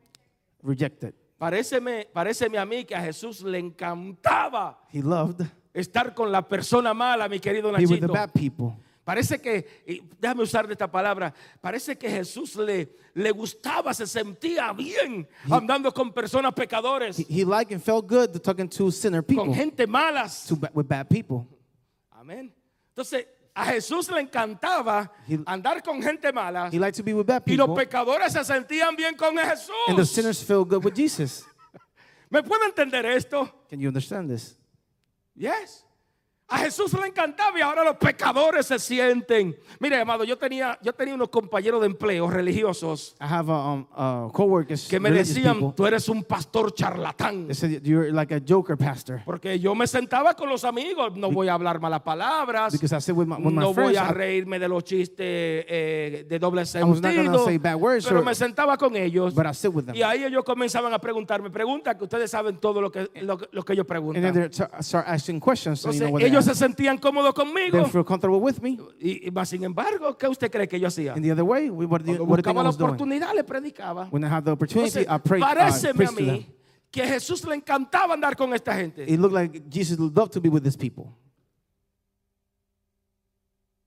S2: rejected.
S1: Paréceme, paréceme a mí que a Jesús le encantaba
S2: He loved
S1: estar con la persona mala, mi querido
S2: be with the
S1: Nachito.
S2: bad people.
S1: Parece que, y déjame usar de esta palabra, parece que Jesús le, le gustaba, se sentía bien andando con personas pecadores,
S2: He, he liked and felt good to talking to sinner
S1: con
S2: people,
S1: gente malas.
S2: to ba- with bad people.
S1: Amén. Entonces, a Jesús le encantaba
S2: He-
S1: andar con gente mala
S2: He liked to be with bad
S1: y los
S2: people,
S1: pecadores se sentían bien con
S2: and the
S1: Jesús.
S2: sinners feel good with Jesus.
S1: ¿Me puede entender esto?
S2: Can you understand this?
S1: Yes. A Jesús le encantaba y ahora los pecadores se sienten. Mire, amado, yo tenía, yo tenía unos compañeros de empleo religiosos
S2: I have uh, um, uh, coworkers,
S1: que me
S2: religious
S1: decían,
S2: people.
S1: tú eres un pastor charlatán.
S2: They said you're like a joker pastor
S1: Porque yo me sentaba con los amigos, no voy a hablar malas palabras,
S2: because I said with my, with my
S1: no
S2: friends,
S1: voy a
S2: I-
S1: reírme de los chistes eh, de doble
S2: ah. not gonna
S1: sentido,
S2: say bad words
S1: pero
S2: or-
S1: me sentaba con ellos
S2: but I sit with them.
S1: y ahí ellos comenzaban a preguntarme preguntas que ustedes saben todo lo que, lo, que- lo que ellos
S2: And then
S1: preguntan.
S2: they tar- start asking questions. So you
S1: Entonces
S2: know what they
S1: ellos se
S2: ask.
S1: sentían cómodos
S2: They
S1: conmigo
S2: feel comfortable with me.
S1: Y, y más sin embargo, ¿qué usted cree que yo hacía?
S2: And the other way, we, what, do you,
S1: Cuando
S2: what do you think
S1: buscaba
S2: I
S1: la
S2: was doing?
S1: oportunidad, le predicaba.
S2: When I had the
S1: Entonces,
S2: opportunity, I prayed, uh,
S1: paréceme a
S2: preached to them.
S1: mí que a Jesús le encantaba andar con esta gente.
S2: It looked like Jesus loved to be with his people.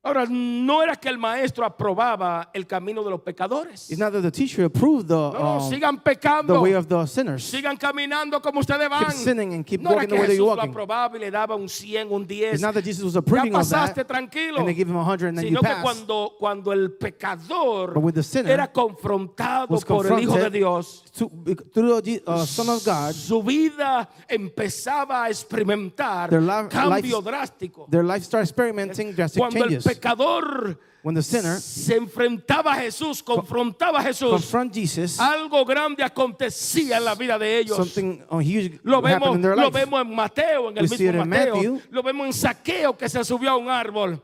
S1: Ahora, no era que el maestro aprobaba el camino de los pecadores.
S2: It's not that the teacher approved the,
S1: No, no,
S2: um,
S1: sigan
S2: the
S1: pecando.
S2: way of the sinners.
S1: Sigan caminando como ustedes van.
S2: sinning and keep
S1: no era
S2: walking
S1: que
S2: the way that
S1: Jesús
S2: you're
S1: lo
S2: walking.
S1: aprobaba y le daba un 100, un 10.
S2: It's not that Jesus was
S1: Ya
S2: approving of that
S1: pasaste tranquilo.
S2: and they give him 100 and then you
S1: Sino que
S2: pass.
S1: cuando, cuando el pecador
S2: But with the sinner
S1: era confrontado
S2: was
S1: por el Hijo de
S2: confronted
S1: Dios,
S2: to, through the uh, Son of God,
S1: su vida empezaba a experimentar
S2: Their life-
S1: cambio
S2: life-
S1: drástico.
S2: their life started experimenting drastic
S1: Cuando el
S2: changes.
S1: pecador
S2: When the sinner
S1: se enfrentaba a Jesús, confrontaba a Jesús,
S2: confront Jesus,
S1: algo grande acontecía en la vida de ellos.
S2: something uh, huge
S1: Lo
S2: happened
S1: vemos,
S2: in their
S1: lo
S2: life.
S1: vemos en Mateo, en el
S2: We see it
S1: mismo
S2: in
S1: Mateo.
S2: Matthew.
S1: Lo vemos en Saqueo que se subió a un árbol.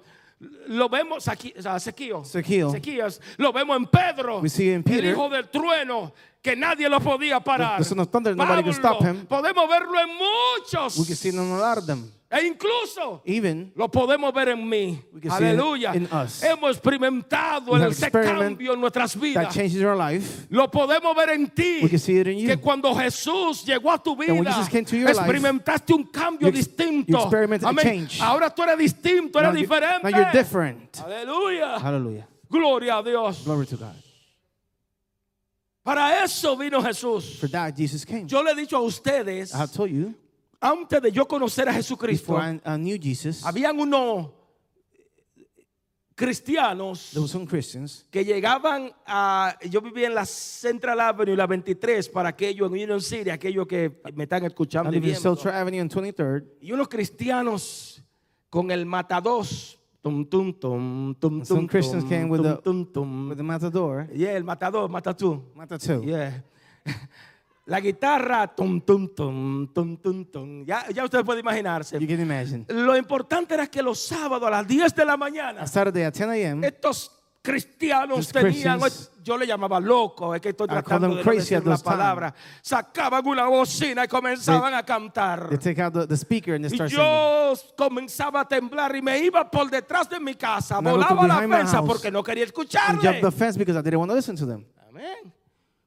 S1: Lo vemos aquí, o sea, Saqueo.
S2: Saqueo.
S1: Saqueas. Lo vemos en Pedro,
S2: We see in
S1: el
S2: Peter.
S1: hijo del trueno, que nadie lo podía parar.
S2: The- the son of thunder, nobody could stop
S1: Pablo,
S2: him.
S1: Podemos verlo en muchos.
S2: We can see none of them.
S1: E incluso
S2: Even
S1: lo podemos ver en mí.
S2: We can see it
S1: Aleluya.
S2: in us.
S1: Hemos experimentado
S2: We have
S1: ese
S2: experiment
S1: cambio en nuestras
S2: that
S1: vidas.
S2: changes our life.
S1: Lo podemos ver en ti.
S2: We can see it in you.
S1: Que cuando Jesús llegó a tu vida,
S2: when Jesus came to your life,
S1: experimentaste un cambio
S2: you ex- you
S1: distinto.
S2: experimented a
S1: Amén.
S2: change.
S1: Ahora tú eres distinto, eres
S2: now, you-
S1: diferente.
S2: now you're different. Uh-huh.
S1: Aleluya.
S2: Hallelujah.
S1: Gloria a Dios.
S2: Glory to God.
S1: Para eso vino Jesús.
S2: For that, Jesus came.
S1: Yo le he dicho a ustedes,
S2: I have told you
S1: antes de yo conocer a Jesucristo,
S2: before I, I knew Jesus,
S1: habían unos cristianos
S2: there were some Christians.
S1: que llegaban a, yo vivía en la Central Avenue y la 23 para aquellos en Union City, aquellos que me están
S2: I
S1: escuchando y
S2: live in
S1: viendo.
S2: Central Avenue and 23rd.
S1: Y unos cristianos con el matados Tum, tum, tum, tum,
S2: Some
S1: tum,
S2: Christians
S1: tum,
S2: came with
S1: tum,
S2: the-
S1: tum, tum.
S2: With the matador,
S1: Yeah, el matador, mata tú.
S2: matador.
S1: Yeah. La guitarra, tum, tum, tum, tum, tum, tum. Ya, ya usted puede imaginarse.
S2: You can imagine.
S1: Lo importante era que los sábados a las 10 de la mañana,
S2: On Saturday at 10 a.m.,
S1: estos cristianos
S2: These
S1: tenían,
S2: Christians-
S1: yo le llamaba loco, es que estoy
S2: I call
S1: tratando
S2: them
S1: de no
S2: crazy
S1: decir
S2: at
S1: la
S2: those time.
S1: palabra, sacaban una bocina y comenzaban a cantar.
S2: they take out the, the speaker and they
S1: Y
S2: start singing.
S1: yo comenzaba a temblar y me iba por detrás de mi casa,
S2: And I would go
S1: volaba la
S2: behind my
S1: fensa
S2: house
S1: porque no quería
S2: And jump
S1: escucharle.
S2: the fence because I didn't want to listen to them.
S1: Amén.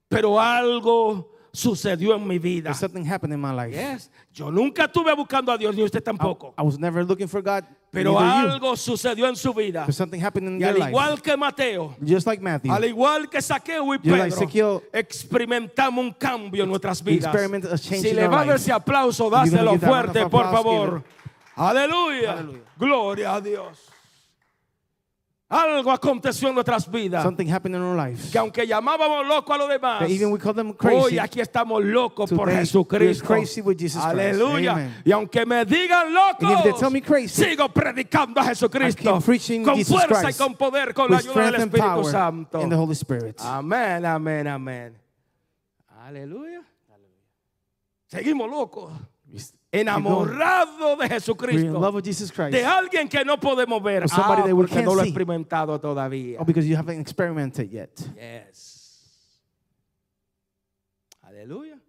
S1: Pero algo sucedió en mi vida.
S2: But something happened in my life.
S1: Yes. Yo nunca estuve buscando a Dios ni usted
S2: I,
S1: tampoco.
S2: I was never looking for God.
S1: Pero
S2: neither you.
S1: algo sucedió en su vida.
S2: But something happened in
S1: Y
S2: your
S1: al
S2: life.
S1: igual que Mateo,
S2: Just like Matthew.
S1: al igual que Saqueo y
S2: You're like
S1: Pedro,
S2: Saqueo.
S1: experimentamos un cambio en nuestras
S2: we
S1: vidas.
S2: experiment a change
S1: Si
S2: in
S1: le
S2: our
S1: va a dar
S2: life.
S1: ese aplauso,
S2: gonna
S1: dáselo
S2: give that round of
S1: fuerte, por
S2: applause,
S1: favor. Aleluya.
S2: Aleluya.
S1: Gloria a Dios. Algo aconteció en nuestras vidas.
S2: Something happened in our lives.
S1: que aunque llamábamos loco a los demás,
S2: That even we call them crazy.
S1: hoy aquí estamos locos por
S2: Today,
S1: Jesucristo.
S2: we're crazy with Jesus Christ.
S1: Aleluya.
S2: Amen.
S1: Y aunque me digan loco,
S2: And if they tell me crazy,
S1: sigo predicando a
S2: I
S1: Jesucristo
S2: keep preaching
S1: con
S2: Jesus
S1: fuerza
S2: Christ
S1: y con poder, con la
S2: With
S1: ayuda del
S2: strength and
S1: Espíritu
S2: power
S1: Santo. Ah,
S2: in the Holy Spirit.
S1: Amén, amén, amén. Aleluya. Seguimos locos, enamorados de
S2: We're in love
S1: Jesucristo,
S2: with Jesus Christ.
S1: de alguien que no podemos ver,
S2: Of somebody
S1: Ah,
S2: that we
S1: porque
S2: can't
S1: no lo he
S2: see.
S1: experimentado todavía.
S2: Oh, because you haven't experimented yet.
S1: Yes. Aleluya.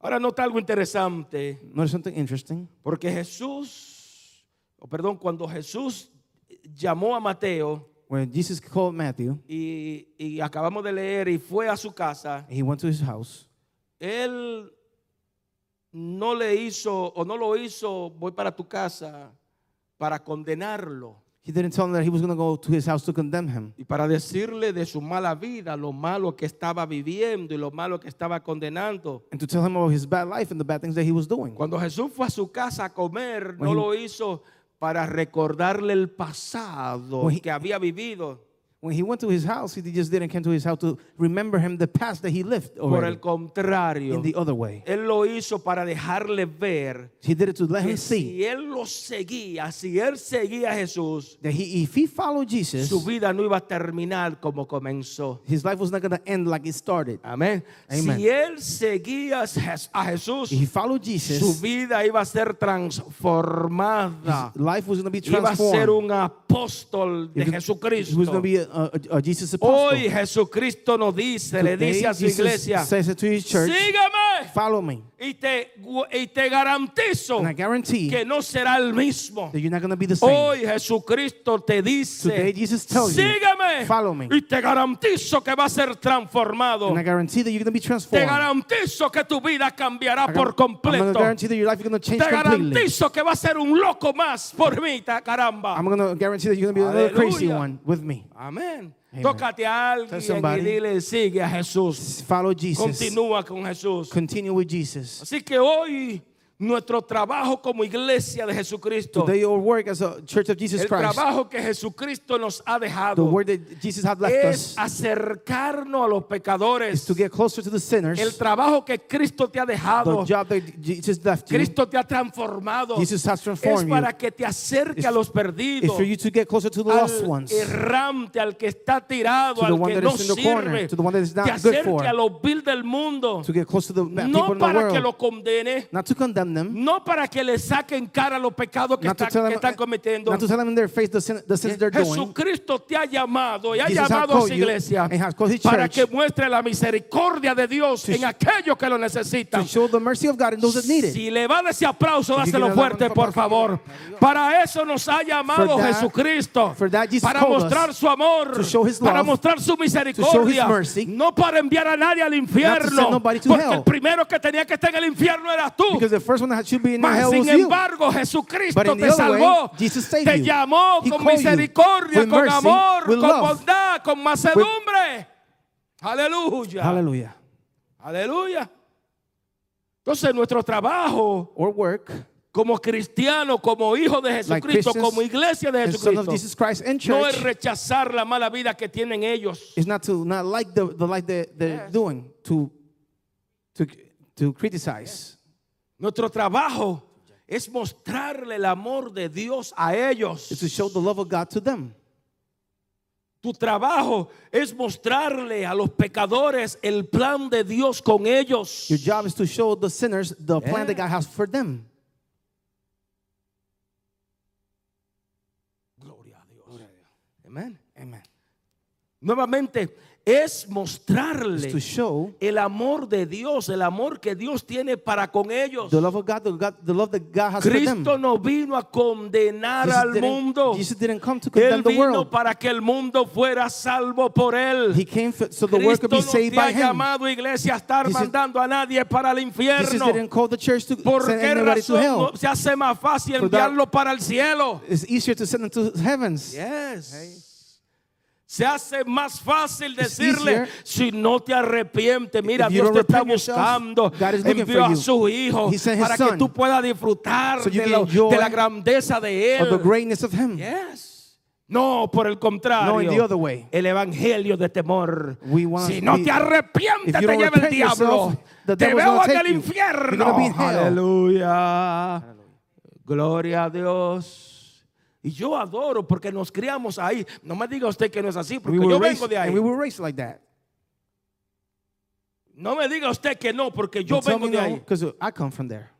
S1: Ahora nota algo interesante,
S2: Notice something interesting.
S1: porque Jesús, o perdón, cuando Jesús llamó a Mateo
S2: When Jesus called Matthew,
S1: y, y acabamos de leer y fue a su casa,
S2: he went to his house.
S1: él no le hizo o no lo hizo, voy para tu casa, para condenarlo
S2: He didn't tell him that he was going to go to his house to condemn him
S1: y para decirle de su mala vida, lo malo que estaba viviendo y lo malo que estaba condenando.
S2: and to tell him about his bad life and the bad things that he was doing.
S1: Cuando Jesús fue a su casa a comer, no
S2: When he-
S1: lo hizo para recordarle el pasado
S2: When he-
S1: que había vivido.
S2: When he went to his house, he just didn't come to his house to remember him the past that he lived
S1: Por el
S2: already,
S1: contrario,
S2: in the other way.
S1: él lo hizo para dejarle ver
S2: He did it to let
S1: que
S2: him see
S1: si él lo seguía, si él seguía a Jesús,
S2: that he, if he followed Jesus,
S1: su vida no iba a terminar como comenzó.
S2: his life was not going to end like it started.
S1: Amén.
S2: Amen.
S1: Si él seguía a Jes- a Jesús,
S2: If he followed Jesus,
S1: su vida iba a ser transformada.
S2: his life was going to be
S1: Iba a ser
S2: transformed.
S1: un apóstol de
S2: He was
S1: Jesucristo.
S2: going to be a, a, a Jesus apostle.
S1: Hoy Jesucristo nos dice, le
S2: Today,
S1: dice a su
S2: Jesus
S1: iglesia,
S2: says it to his church,
S1: sígame
S2: follow me.
S1: y te, gu- y te garantizo
S2: And I guarantee
S1: que no será el mismo.
S2: that you're not going to be the same.
S1: Hoy Jesucristo te dice,
S2: Today, Jesus tells you,
S1: sígame
S2: follow me.
S1: y te garantizo que va a ser transformado.
S2: And I guarantee that you're going to be transformed.
S1: Te garantizo que tu vida cambiará
S2: I
S1: por
S2: gar- I'm going
S1: completo.
S2: to guarantee that your life is going to
S1: Te
S2: change completely.
S1: garantizo que va a ser un loco más por mí, ta- caramba.
S2: I'm going to guarantee that you're going to be another crazy
S1: Aleluya.
S2: one with me.
S1: Amén.
S2: Amen.
S1: Tócate a alguien y
S2: somebody.
S1: dile, sigue a Jesús.
S2: Follow Jesus.
S1: Continúa con Jesús.
S2: Continue with Jesus.
S1: Así que hoy nuestro trabajo como iglesia de Jesucristo,
S2: Today, your work as a church of Jesus
S1: el
S2: Christ,
S1: trabajo que Jesucristo nos ha
S2: the
S1: dejado
S2: word that Jesus had left
S1: es
S2: us,
S1: acercarnos a los
S2: is
S1: pecadores.
S2: to get closer to the sinners.
S1: El trabajo que Cristo te ha
S2: The
S1: dejado,
S2: job that Jesus left you
S1: Cristo te ha transformado,
S2: Jesus has
S1: es
S2: transformed you.
S1: para que te acerque
S2: It's-
S1: a los
S2: is
S1: perdidos.
S2: for you to get closer to the lost
S1: Al
S2: ones.
S1: errante, al que está tirado,
S2: To the
S1: al
S2: one
S1: que
S2: that
S1: no
S2: is in the corner,
S1: sirve,
S2: to the one that is
S1: te
S2: not good
S1: acerque
S2: for.
S1: a los vil del mundo,
S2: To get close to the bad people
S1: no
S2: in the
S1: para que
S2: world.
S1: lo condene,
S2: Not to condemn them.
S1: No para que le saquen cara los pecados que,
S2: Not to,
S1: está-
S2: tell
S1: que
S2: them, eh,
S1: están cometiendo.
S2: not to tell them in their face the, sin, the sins they're doing.
S1: Jesucristo te ha llamado y ha
S2: Jesus has
S1: llamado a
S2: called
S1: su
S2: you
S1: iglesia
S2: and has called his
S1: para
S2: church
S1: que muestre la misericordia de Dios en
S2: sh-
S1: aquellos que lo
S2: To
S1: necesitan.
S2: show the mercy of God in those that need it.
S1: Si le van ese aplauso,
S2: If you
S1: dáselo
S2: give that
S1: fuerte,
S2: one
S1: por favor.
S2: applause,
S1: Para eso nos ha llamado
S2: For that-
S1: Jesucristo.
S2: for that Jesus
S1: Para
S2: called us
S1: mostrar su amor,
S2: to show his
S1: para
S2: love,
S1: mostrar su misericordia.
S2: mercy,
S1: no para enviar a nadie al infierno.
S2: nobody to
S1: Porque
S2: hell.
S1: el primero que tenía que estar en el infierno eras tú.
S2: Because the first one that should be in
S1: Mas
S2: hell was
S1: sin
S2: you.
S1: embargo, Jesucristo
S2: But in the
S1: te
S2: other way,
S1: salvó,
S2: Jesus saved
S1: te
S2: you.
S1: llamó
S2: He
S1: con
S2: called you
S1: misericordia,
S2: with
S1: con
S2: mercy,
S1: amor,
S2: with
S1: con
S2: love,
S1: bondad, con mansedumbre. Aleluya.
S2: Hallelujah.
S1: Aleluya. Entonces nuestro trabajo
S2: Or work
S1: como cristiano, como hijo de
S2: Like
S1: Jesucristo,
S2: Christians
S1: como iglesia de
S2: and son of
S1: Jesucristo,
S2: Jesus Christ and
S1: no es
S2: church
S1: rechazar la mala vida que tienen ellos.
S2: is not to not like the, the like they're, they're doing to to to criticize.
S1: Nuestro trabajo es mostrarle el amor de Dios a ellos.
S2: is to show the love of God to them.
S1: Tu trabajo es mostrarle a los pecadores el plan de Dios con ellos.
S2: Your job is to show the sinners the plan that
S1: Yeah.
S2: God has for them.
S1: Gloria a Dios. Amén.
S2: Amen.
S1: Nuevamente, es mostrarle
S2: Is to show
S1: el amor de Dios, el amor que Dios tiene para con ellos.
S2: the love of God, the, God, the love that God has for
S1: Cristo
S2: them.
S1: no vino a condenar al
S2: didn't,
S1: mundo.
S2: Jesus didn't come to
S1: Él
S2: condemn the
S1: vino
S2: world.
S1: para que el mundo fuera salvo por él.
S2: He came for, so the world
S1: Cristo
S2: could be
S1: no
S2: saved
S1: te ha
S2: by him.
S1: llamado iglesia a estar
S2: Jesus-
S1: mandando a nadie para el
S2: Jesus
S1: infierno.
S2: didn't call the church to
S1: ¿Por
S2: send
S1: qué
S2: anybody to
S1: razón
S2: hell.
S1: no se hace más fácil
S2: For that-
S1: enviarlo para el cielo?
S2: It's easier to send them to heavens.
S1: Yes. Se hace más fácil
S2: It's
S1: decirle,
S2: easier.
S1: si no te arrepientes, mira,
S2: If you
S1: Dios
S2: don't
S1: te está
S2: repent yourself,
S1: buscando,
S2: God is looking
S1: envió
S2: for
S1: a
S2: you.
S1: su hijo
S2: He sent his
S1: para que
S2: son.
S1: tú puedas disfrutar
S2: So you
S1: de,
S2: can
S1: la-
S2: enjoy
S1: de la grandeza de
S2: Or the
S1: él.
S2: greatness of him.
S1: Yes. No, por el contrario,
S2: No, in the other way.
S1: el evangelio de temor.
S2: We want
S1: si
S2: to
S1: no
S2: be-
S1: te arrepientes,
S2: If
S1: te
S2: you don't
S1: lleva el
S2: repent yourself,
S1: diablo.
S2: the
S1: Te
S2: devil's
S1: veo
S2: gonna
S1: en
S2: take
S1: el
S2: you. You're
S1: infierno.
S2: gonna be in hell.
S1: Aleluya. Gloria a Dios. Y yo adoro porque nos criamos ahí. No me diga usted que no es así, porque
S2: We were
S1: yo
S2: raised,
S1: vengo de ahí.
S2: and we were raised like that.
S1: No me diga usted que no, porque yo
S2: Don't tell
S1: vengo
S2: me
S1: de
S2: no,
S1: ahí.
S2: 'cause I come from there.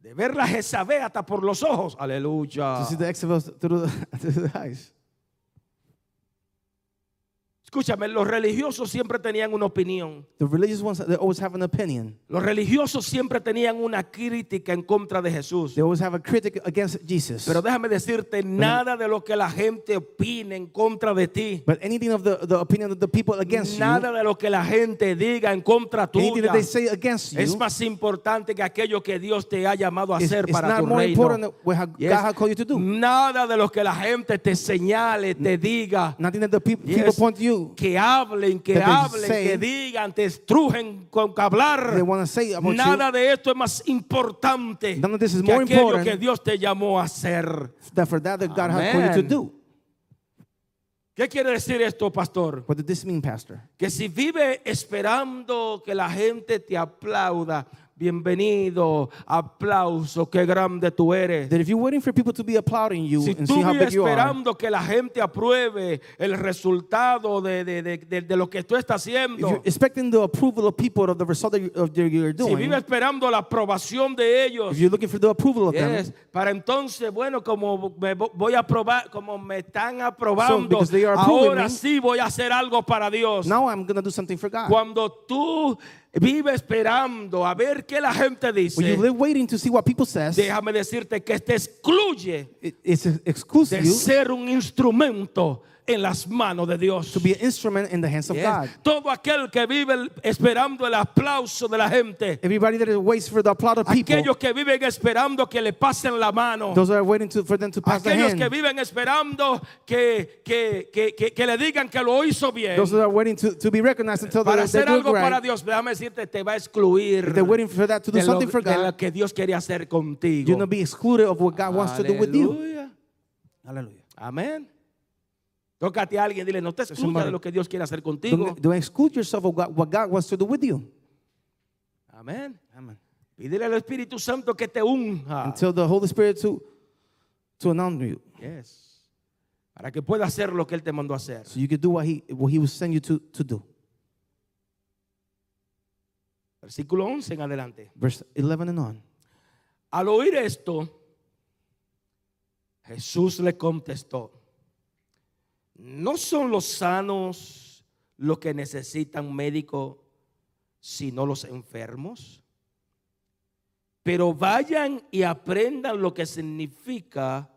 S1: De ver la Jezabel hasta por los ojos. Aleluya.
S2: To see the exodus through the, through the eyes.
S1: Escúchame, los religiosos siempre tenían una opinión.
S2: The religious ones, they always have an opinion.
S1: Los religiosos siempre tenían una crítica en contra de Jesús.
S2: They always have a critic against Jesus.
S1: Pero déjame decirte, nada de lo que la gente opine en contra de ti,
S2: but anything of the, the opinion of the people against
S1: nada de lo que la gente diga en contra
S2: you, anything
S1: tuya,
S2: that they say against you,
S1: es más importante que aquello que Dios te ha llamado a
S2: is,
S1: hacer
S2: is
S1: para
S2: not
S1: tu
S2: more important
S1: reino.
S2: than what ha-
S1: Yes.
S2: God has called you to do.
S1: Nada de lo que la gente te señale, te diga,
S2: Nothing that the peop-
S1: Yes.
S2: people point to you,
S1: que hablen, que
S2: That they
S1: hablen, que
S2: say-
S1: digan, te estrujen con que hablar.
S2: they want to say about
S1: Nada de esto es más importante
S2: None of this is
S1: que
S2: more
S1: aquello
S2: important.
S1: que Dios te llamó a hacer.
S2: you that for that that God has called you to
S1: Amen.
S2: do.
S1: ¿Qué quiere decir esto, pastor?
S2: What did this mean, Pastor?
S1: Que si vive esperando que la gente te aplauda, bienvenido, aplauso, qué grande tú eres.
S2: That if you're waiting for people to be applauding you
S1: Si
S2: and
S1: tú
S2: see how
S1: vives
S2: big you are,
S1: esperando que la gente apruebe el resultado de, de- de- de- de lo que tú estás
S2: if you're
S1: haciendo,
S2: expecting the approval of people of the result that you, of the, you're
S1: si
S2: doing,
S1: vives esperando la aprobación de ellos,
S2: if you're looking for the approval of them,
S1: Yes, Para entonces, bueno, como me vo- voy a probar, como me están aprobando,
S2: because they are approving
S1: ahora
S2: me.
S1: sí voy a hacer algo para Dios.
S2: now I'm going to do something for God.
S1: Cuando tú vives esperando a ver qué la gente
S2: When you
S1: dice,
S2: live waiting to see what people says,
S1: déjame decirte que te excluye
S2: it, it's exclusive
S1: de
S2: you
S1: ser un instrumento en las manos de Dios.
S2: to be an instrument in the hands of
S1: Yes.
S2: God.
S1: Todo aquel que vive el- esperando el aplauso de la gente,
S2: Everybody that waits for the applaud of people,
S1: aquellos que viven esperando que le pasen la mano,
S2: those that are waiting to, for them to pass their
S1: Aquellos
S2: hand,
S1: que viven esperando que, que, que, que, que le digan que lo hizo bien
S2: those that are waiting to, to be recognized until
S1: para
S2: they're, they're
S1: hacer
S2: doing
S1: algo
S2: right,
S1: para Dios, déjame decirte, te va a excluir
S2: if they're waiting for that to do
S1: de lo,
S2: something for
S1: de
S2: God,
S1: lo que Dios quiere hacer
S2: you're
S1: contigo.
S2: going to be excluded of what God wants to do with you.
S1: Aleluya.
S2: Hallelujah.
S1: Amén. Tócate a alguien, dile, no te excluyas
S2: Somebody-
S1: de lo que Dios quiere hacer contigo.
S2: Don't, don't exclude yourself of God, what God wants to do with you.
S1: Amén.
S2: Amen.
S1: Pídele al Espíritu Santo que te unja.
S2: Until the Holy Spirit to to anoint you,
S1: Yes. Para que pueda hacer lo que Él te mandó a hacer.
S2: so you can do what He what He will send you to to do.
S1: Versículo 11 en adelante.
S2: Verse 11 and on.
S1: Al oír esto, Jesús le contestó, no son los sanos los que necesitan médico, sino los enfermos. Pero vayan y aprendan lo que significa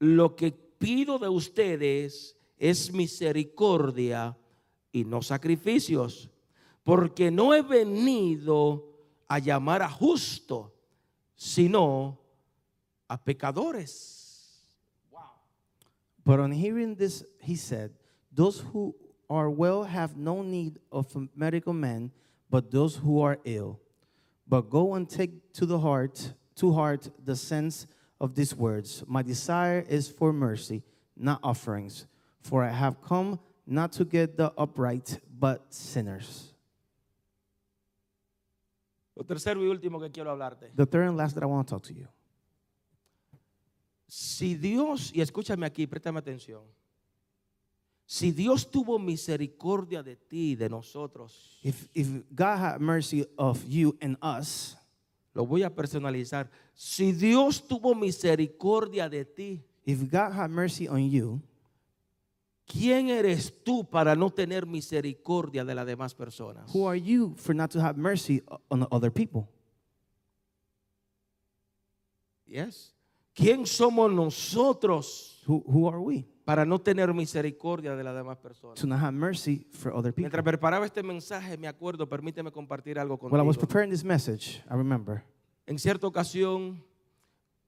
S1: lo que pido de ustedes es misericordia y no sacrificios, porque no he venido a llamar a justo, sino a pecadores.
S2: But on hearing this, he said, "Those who are well have no need of a medical men, but those who are ill. But go and take to the heart to heart the sense of these words. My desire is for mercy, not offerings, for I have come not to get the upright, but sinners."
S1: Lo tercero y último que quiero hablarte.
S2: The third and last that I want to talk to you.
S1: Si Dios, y escúchame aquí, préstame atención. Si Dios tuvo misericordia de ti, y de nosotros,
S2: If, if God had mercy of you and us,
S1: lo voy a personalizar. Si Dios tuvo misericordia de ti,
S2: if God had mercy on you,
S1: ¿quién eres tú para no tener misericordia de las demás personas?
S2: who are you for not to have mercy o- on other people?
S1: Yes. ¿Quién somos nosotros
S2: Who, who are we
S1: para no tener misericordia de las demás personas?
S2: to not have mercy for other people?
S1: Mientras preparaba este mensaje, me acuerdo, permíteme compartir algo
S2: While I was
S1: contigo.
S2: preparing this message, I remember
S1: En cierta ocasión,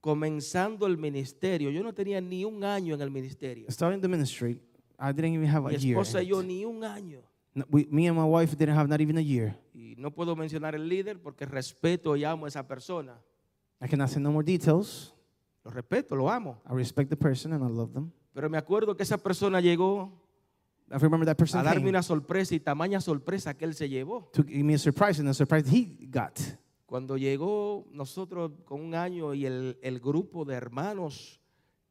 S1: comenzando el ministerio, yo no tenía ni un año en el ministerio.
S2: starting the ministry, I didn't even have a
S1: Mi
S2: year.
S1: esposa
S2: in
S1: y yo
S2: it.
S1: ni un año.
S2: No, we- me and my wife didn't have not even a year.
S1: Y no puedo mencionar el líder porque respeto y amo a esa persona.
S2: I cannot say no more details.
S1: Lo respeto, lo amo.
S2: I respect the person and I love them.
S1: Pero me acuerdo que esa persona llegó
S2: I remember that person
S1: a darme
S2: came
S1: una sorpresa y tamaña sorpresa que él se llevó.
S2: to give me a surprise and a surprise he got.
S1: Cuando llegó nosotros con un año y el, el grupo de hermanos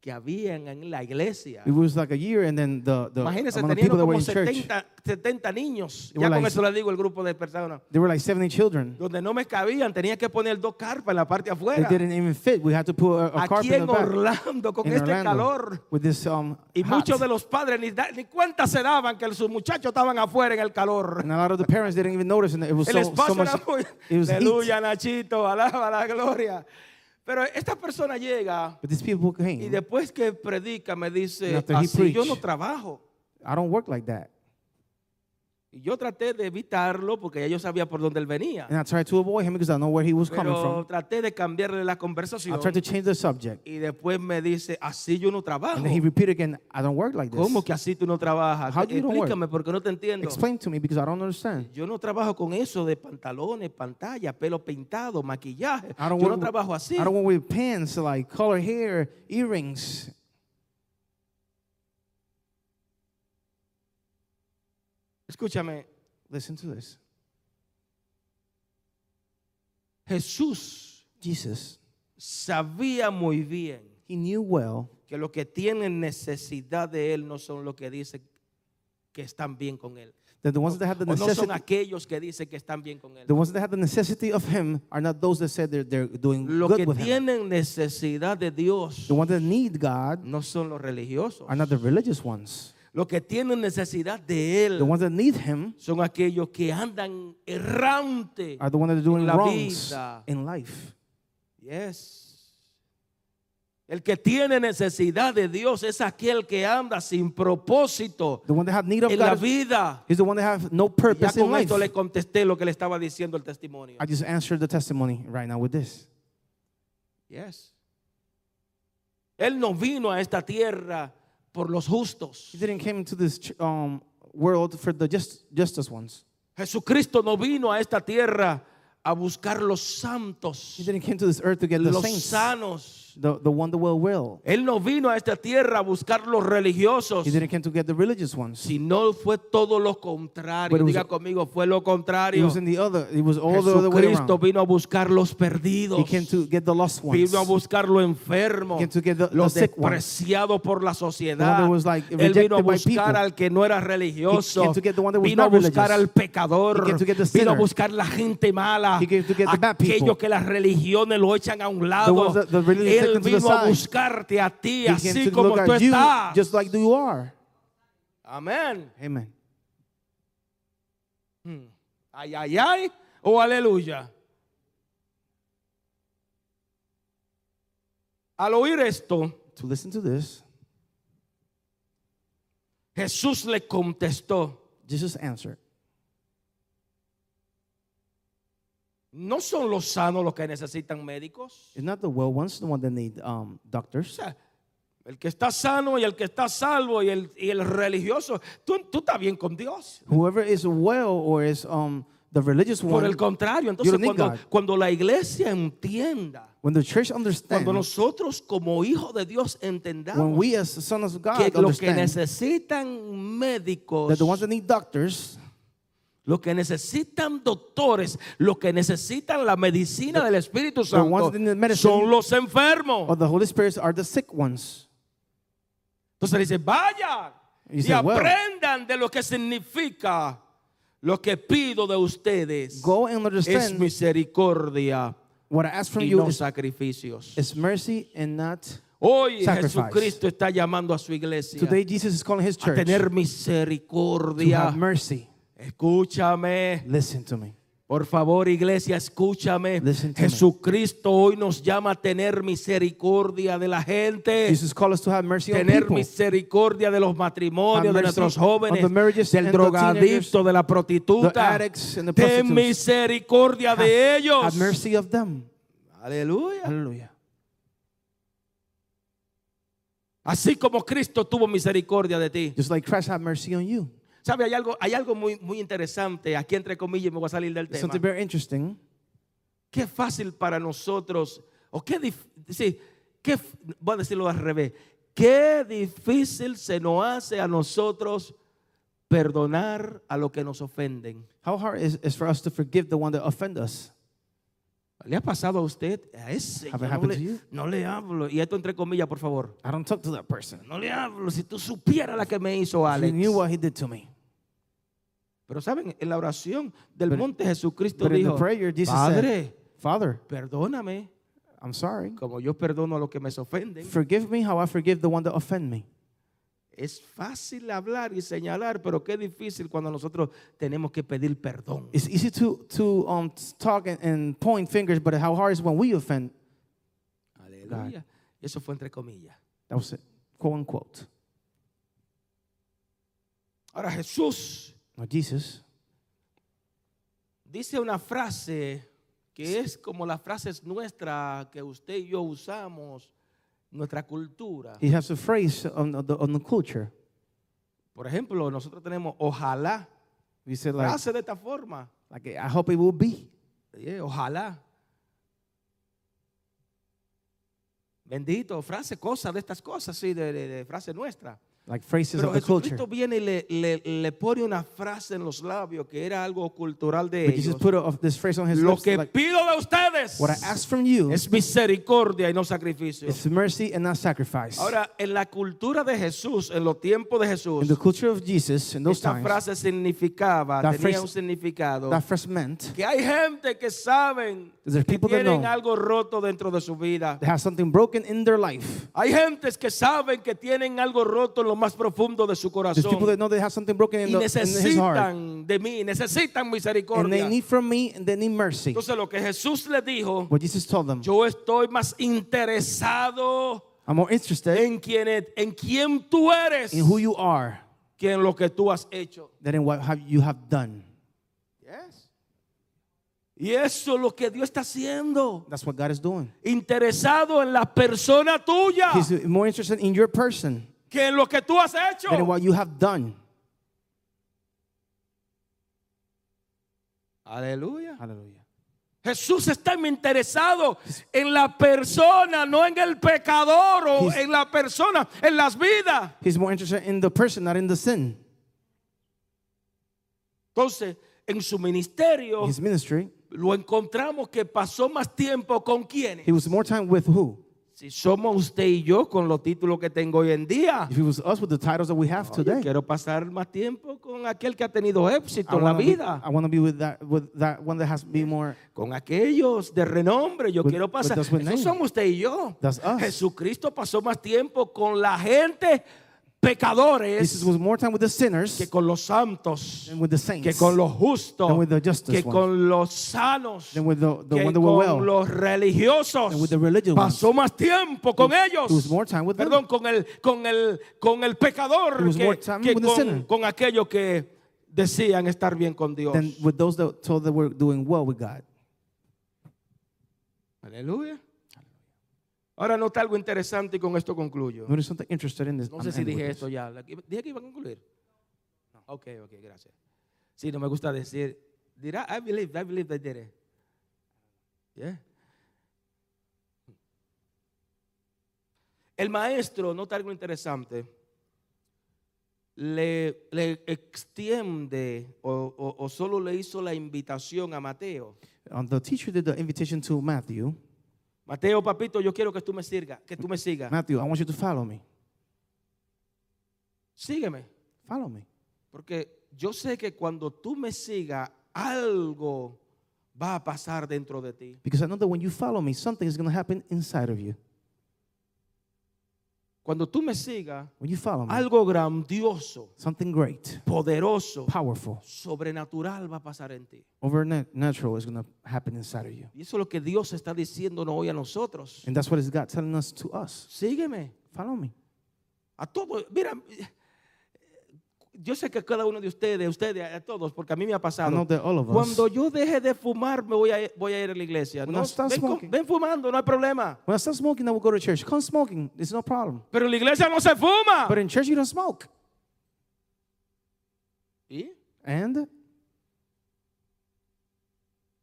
S1: que habían en la iglesia.
S2: It was like a year, and then the, the
S1: Imagínense,
S2: amount of
S1: tenían
S2: people that were
S1: como
S2: in church,
S1: 70, 70 niños.
S2: They
S1: ya
S2: were
S1: con
S2: like-
S1: eso le digo el grupo de personas.
S2: there were like 70 children.
S1: Donde no me cabían, tenía que poner dos carpas en la parte de
S2: They
S1: afuera.
S2: didn't even fit. We had to put a, a
S1: Aquí
S2: carpet in
S1: en
S2: the back.
S1: Orlando, con
S2: in
S1: este
S2: Orlando,
S1: calor.
S2: with this um,
S1: Y muchos
S2: hot.
S1: de los padres ni, da- ni cuenta se daban que sus muchachos estaban afuera en el calor.
S2: and a lot of the parents didn't even notice, and it was
S1: El
S2: so,
S1: espacio
S2: so much.
S1: era muy...
S2: It was heat.
S1: Aleluya, Nachito, alaba la gloria. Pero esta persona llega
S2: But these people came.
S1: y después que predica me
S2: Mm. And
S1: dice,
S2: after he
S1: así yo no
S2: preached.
S1: trabajo.
S2: I don't work like that,
S1: Y yo traté de evitarlo porque ya yo sabía por dónde él venía.
S2: and I tried to avoid him because I know where he was coming
S1: Pero
S2: from.
S1: traté de cambiarle la
S2: I
S1: conversación
S2: tried to change the subject,
S1: y después me dice, así yo no trabajo.
S2: and then he repeated again, "I don't work like this."
S1: ¿Cómo que así tú no trabajas?
S2: How do you don't work?
S1: Explícame porque no te entiendo.
S2: Explain to me because I don't understand.
S1: Yo no trabajo con eso de pantalones, pantalla, pelo pintado, maquillaje.
S2: I
S1: Yo
S2: don't
S1: no
S2: work.
S1: trabajo así.
S2: I don't work with pants like color hair, earrings.
S1: Escúchame,
S2: Listen to this.
S1: Jesús
S2: Jesus,
S1: sabía muy bien
S2: he knew well
S1: que los que tienen necesidad de él no son los que dicen que están bien con él.
S2: that the ones that had the
S1: O no son
S2: necessity,
S1: aquellos que dicen que están bien con él.
S2: the ones that had the necessity of him, are not those that said they're, they're doing
S1: Los que
S2: good with him.
S1: tienen necesidad de Dios
S2: The ones that need God
S1: no son los religiosos.
S2: are not the religious ones.
S1: Los que tienen necesidad de
S2: The
S1: él
S2: ones that need him
S1: son aquellos que andan errante.
S2: are the ones that are doing
S1: la
S2: wrongs
S1: vida.
S2: in life.
S1: Yes. El que tiene necesidad de Dios es aquel que anda sin propósito
S2: The one that have need of
S1: en la
S2: God is,
S1: vida.
S2: is the one that have no
S1: Y Ya
S2: purpose in
S1: con
S2: life.
S1: esto le contesté lo que le estaba diciendo el testimonio.
S2: I just answered the testimony right now with this.
S1: Yes. Él no vino a esta tierra por los justos.
S2: He didn't came into this ch- um, world for the just, justice ones.
S1: Jesucristo no vino a esta tierra a buscar los santos,
S2: He didn't came to this earth to get the
S1: los
S2: saints,
S1: sanos.
S2: the, the one that will will.
S1: Él no vino a esta tierra a buscar los religiosos.
S2: He didn't came to get the religious ones.
S1: Si no fue todo lo contrario,
S2: But it was-
S1: diga conmigo, fue lo
S2: It
S1: contrario.
S2: pues, was in the other. It was all the other way
S1: Jesucristo
S2: around.
S1: vino a buscar los perdidos.
S2: He came to get the lost ones.
S1: Vino a buscar lo enfermo,
S2: He came to get the-
S1: lo
S2: the sick ones.
S1: despreciado por la
S2: The
S1: sociedad.
S2: one that was, like,
S1: Él vino a
S2: rejected by
S1: buscar
S2: people.
S1: al que no era religioso.
S2: came to get the one that was
S1: Vino a
S2: not
S1: buscar
S2: religious.
S1: al
S2: He
S1: pecador.
S2: came to get the
S1: Vino a
S2: sinner.
S1: buscar la gente mala.
S2: He came to get the bad people.
S1: Aquellos que las religiones lo echan a un lado.
S2: ones that- the
S1: Él
S2: religious taken to the
S1: vino a
S2: side.
S1: buscarte a ti,
S2: He came
S1: así
S2: to
S1: como
S2: look at
S1: tú
S2: you
S1: estás.
S2: just like you are.
S1: Amén.
S2: Amen.
S1: Ay, ay, ay. O aleluya. Al oír esto,
S2: To listen to this,
S1: Jesús le contestó,
S2: Jesus answered,
S1: no son los sanos los que necesitan médicos.
S2: "It's not the well ones, the one that need um,
S1: O
S2: doctors.
S1: sea, el que está sano y el que está salvo y el, y el religioso, tú, tú estás bien con Dios.
S2: Whoever is well or is um, the religious
S1: Por el
S2: one,
S1: contrario, entonces
S2: don't need
S1: cuando,
S2: God.
S1: cuando la iglesia entienda,
S2: when the church understands,
S1: cuando nosotros como hijos de Dios entendamos
S2: when we as sons of God
S1: que los que
S2: understand
S1: necesitan médicos
S2: that the ones that need doctors
S1: Lo que necesitan doctores, lo que necesitan la medicina del Espíritu Santo,
S2: ones that need medicine-
S1: son los enfermos.
S2: Or the Holy Spirit are the sick ones.
S1: Entonces dice, vayan
S2: He
S1: y
S2: said, "Well."
S1: aprendan de lo que significa lo que pido de ustedes.
S2: Go and
S1: Es
S2: understand
S1: misericordia
S2: what I ask from
S1: y
S2: you
S1: no
S2: is,
S1: sacrificios.
S2: is mercy and not.
S1: Hoy
S2: sacrifice.
S1: Jesucristo está llamando a su iglesia
S2: Today Jesus is calling his
S1: a
S2: church
S1: tener
S2: to
S1: misericordia.
S2: have mercy.
S1: Escúchame.
S2: Listen to me.
S1: Por favor, iglesia, escúchame.
S2: Listen to me.
S1: Jesucristo hoy nos llama a tener misericordia de la gente,
S2: Jesus calls us to have mercy on
S1: tener
S2: people.
S1: misericordia de los matrimonios,
S2: Have
S1: de
S2: mercy
S1: nuestros
S2: on the
S1: jóvenes,
S2: marriages
S1: del
S2: and the teenagers,
S1: drogadicto, de la
S2: the
S1: prostituta.
S2: addicts and the
S1: Ten
S2: prostitutes.
S1: misericordia de ellos.
S2: Have mercy of them.
S1: Aleluya.
S2: Hallelujah.
S1: Así como Cristo tuvo misericordia de ti.
S2: Just like Christ have mercy on you.
S1: ¿Sabe? Hay algo, hay algo muy, muy interesante. Aquí entre comillas me voy a salir del tema.
S2: Something very interesting.
S1: Qué fácil para nosotros, o qué difícil, voy a decirlo al revés, qué difícil se nos hace a nosotros perdonar a los que nos ofenden.
S2: How hard is is for us to forgive the one that offend us?
S1: ¿Le ha pasado a usted? A ese.
S2: Have it
S1: yo no,
S2: happened to you?
S1: le, no le hablo. Y esto entre comillas, por favor.
S2: I don't talk to that person.
S1: No le hablo. Si tú supieras la que me hizo
S2: If You
S1: Alex.
S2: knew what he did to me.
S1: Pero saben, en la oración del
S2: But-
S1: monte Jesucristo
S2: But in the
S1: dijo,
S2: prayer, Jesus said,
S1: Padre,
S2: Father,
S1: perdóname
S2: I'm sorry.
S1: como yo perdono a los que me ofenden.
S2: Forgive me how I forgive the one that offend me.
S1: Es fácil hablar y señalar, pero qué difícil cuando nosotros tenemos que pedir perdón.
S2: It's easy to, to um, talk and, and point fingers, but how hard is when we offend?
S1: Aleluya. Eso fue entre comillas.
S2: That was it, quote unquote.
S1: Ahora Jesús
S2: Now, Jesus,
S1: dice una frase que es como las frases nuestras que usted y yo usamos, nuestra cultura.
S2: he has a phrase on the, on the culture.
S1: Por ejemplo, nosotros tenemos ojalá,
S2: We said, like,
S1: frase de esta forma,
S2: like, I hope it will be.
S1: Yeah, ojalá. Bendito, frase, cosas de estas cosas, sí, de, de- de frase nuestra.
S2: Like phrases
S1: Pero
S2: of the culture.
S1: Jesucristo viene y le, le- le pone una frase en los labios que era algo cultural de
S2: But Jesus
S1: ellos.
S2: put a, this phrase on his
S1: Lo
S2: lips.
S1: que
S2: like,
S1: pido de ustedes
S2: what I ask from you
S1: es misericordia y no sacrificio.
S2: is mercy and not sacrifice.
S1: Ahora, en la cultura de Jesús, en los tiempos de
S2: in
S1: Jesús,
S2: the culture of Jesus, in those
S1: esta
S2: times,
S1: frase significaba,
S2: that
S1: tenía
S2: phrase-
S1: un significado,
S2: that phrase meant
S1: que hay gente que saben
S2: There's
S1: que
S2: people that
S1: tienen
S2: know.
S1: algo roto dentro de su vida.
S2: they have something broken in their life.
S1: Hay gentes que saben que tienen algo roto en lo más profundo de su
S2: There's people that
S1: corazón
S2: know they have something broken in,
S1: y
S2: the, in his heart.
S1: necesitan de mí, necesitan
S2: And they
S1: misericordia.
S2: need from me and they need mercy.
S1: Entonces lo que Jesús le dijo,
S2: What Jesus told them,
S1: yo estoy más interesado
S2: I'm more interested
S1: en quién es- en quién tú eres
S2: in who you are
S1: que en lo que tú has hecho.
S2: than in what have you have done.
S1: Y eso es lo que Dios está haciendo.
S2: That's what God is doing.
S1: Interesado en la persona tuya
S2: He's more interested in your person
S1: que en lo que tú has hecho.
S2: than in what you have done.
S1: Aleluya.
S2: Hallelujah.
S1: Jesús está interesado en la persona, no en el pecador o
S2: He's-
S1: en la persona, en las vidas.
S2: He's more interested in the person, not in the sin.
S1: Entonces, en su ministerio
S2: His ministry,
S1: lo encontramos que pasó más tiempo con quienes.
S2: he was more time with who?
S1: Si somos usted y yo con los títulos que tengo hoy en día,
S2: If it was us with the titles that we have
S1: no, yo
S2: today,
S1: quiero pasar más tiempo con aquel que ha tenido éxito
S2: I
S1: en la
S2: wanna be-
S1: vida.
S2: I want to be with that with that one that has to be more.
S1: con aquellos de renombre, yo
S2: With-
S1: quiero pasar.
S2: with those with
S1: Eso
S2: name.
S1: somos usted y yo.
S2: That's us.
S1: Jesucristo pasó más tiempo con la gente
S2: Jesus
S1: pecadores
S2: was more time with the sinners
S1: que con los santos,
S2: than with the
S1: que
S2: saints,
S1: con los justos,
S2: Than with the justice
S1: que
S2: ones.
S1: con los sanos,
S2: than with the, the
S1: que
S2: one that were
S1: con
S2: well.
S1: los religiosos.
S2: Than with the religious
S1: pasó más tiempo con ellos.
S2: was more time with them.
S1: Perdón, con el con el con el
S2: He
S1: pecador
S2: was
S1: que,
S2: more time
S1: que
S2: with the
S1: con,
S2: sinner.
S1: con aquellos que decían estar bien con Dios.
S2: than with those that told that we're doing well with God.
S1: Aleluya. Ahora nota algo interesante y con esto concluyo.
S2: Notice something interesting in this.
S1: No
S2: I'm
S1: sé si
S2: ending
S1: dije
S2: with
S1: esto ya. Dije que iba a concluir. Ok, ok, gracias. Sí, no me gusta decir. Dirá, I believe, I believe I did it. Yeah. El maestro, nota algo interesante. le, le extiende o, o- o solo le hizo la invitación a Mateo.
S2: Um, the teacher did the invitation to Matthew.
S1: Mateo, papito, yo quiero que tú me sigas, que tú me sigas.
S2: Matthew, I want you to follow me.
S1: Sígueme,
S2: Follow me.
S1: porque yo sé que cuando tú me sigas, algo va a pasar dentro de ti.
S2: Because I know that when you follow me, something is going to happen inside of you.
S1: Cuando tú me sigas,
S2: When you follow me,
S1: algo grandioso,
S2: something great,
S1: poderoso,
S2: powerful,
S1: sobrenatural va a pasar en ti.
S2: overnatural is going to happen inside of you.
S1: Y eso es lo que Dios está diciéndonos hoy a nosotros.
S2: And that's what is God telling us to us.
S1: Sígueme.
S2: Follow me.
S1: A todos, mira, yo sé que cada uno de ustedes, ustedes, a todos, porque a mí me ha
S2: I know
S1: pasado.
S2: that all of us,
S1: Cuando yo deje de fumar, me voy a, ir- voy a ir a la iglesia.
S2: When
S1: No,
S2: I start
S1: ven, con-
S2: smoking.
S1: ven fumando, no hay problema.
S2: when I stop smoking, I will go to church. Come smoking, it's no problem.
S1: Pero en la iglesia no se fuma.
S2: But in church, you don't smoke.
S1: ¿Y?
S2: And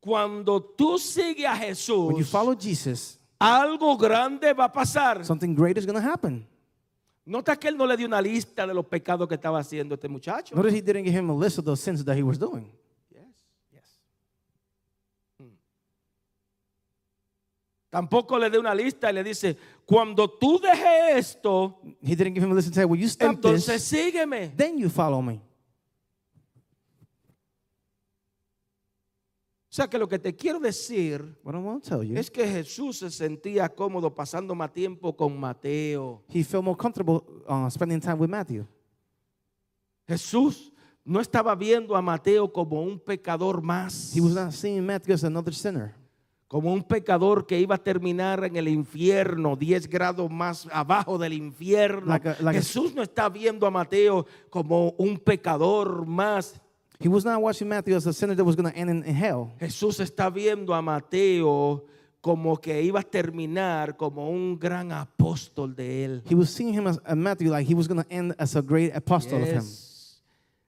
S1: Cuando tú sigues a
S2: when you
S1: Jesús,
S2: follow Jesus,
S1: algo grande va a pasar.
S2: something great is going to happen.
S1: Nota que él no le dio una lista de los pecados que estaba haciendo este muchacho.
S2: Notice he didn't give him a list of those sins that he was doing.
S1: Yes. Hmm. Tampoco le dé una lista y le dice, cuando tú dejes esto,
S2: He didn't give him a list and say, Well, you stop
S1: entonces
S2: this,
S1: sígueme.
S2: then you follow me.
S1: O sea que lo que te quiero decir
S2: What I want to tell you,
S1: es que Jesús se sentía cómodo pasando más tiempo con Mateo.
S2: he felt more comfortable uh, spending time with Matthew.
S1: Jesús no estaba viendo a Mateo como un pecador más,
S2: He was not seeing Matthew as another sinner,
S1: como un pecador que iba a terminar en el infierno, 10 grados más abajo del infierno.
S2: Like a- like a-
S1: Jesús no está viendo a Mateo como un pecador más.
S2: he was not watching Matthew as a sinner that was going to end in, in hell.
S1: Jesús está viendo a Mateo como que iba a terminar como un gran apóstol de él.
S2: He was seeing him as a Matthew like he was going to end as a great apostle of him.
S1: Yes.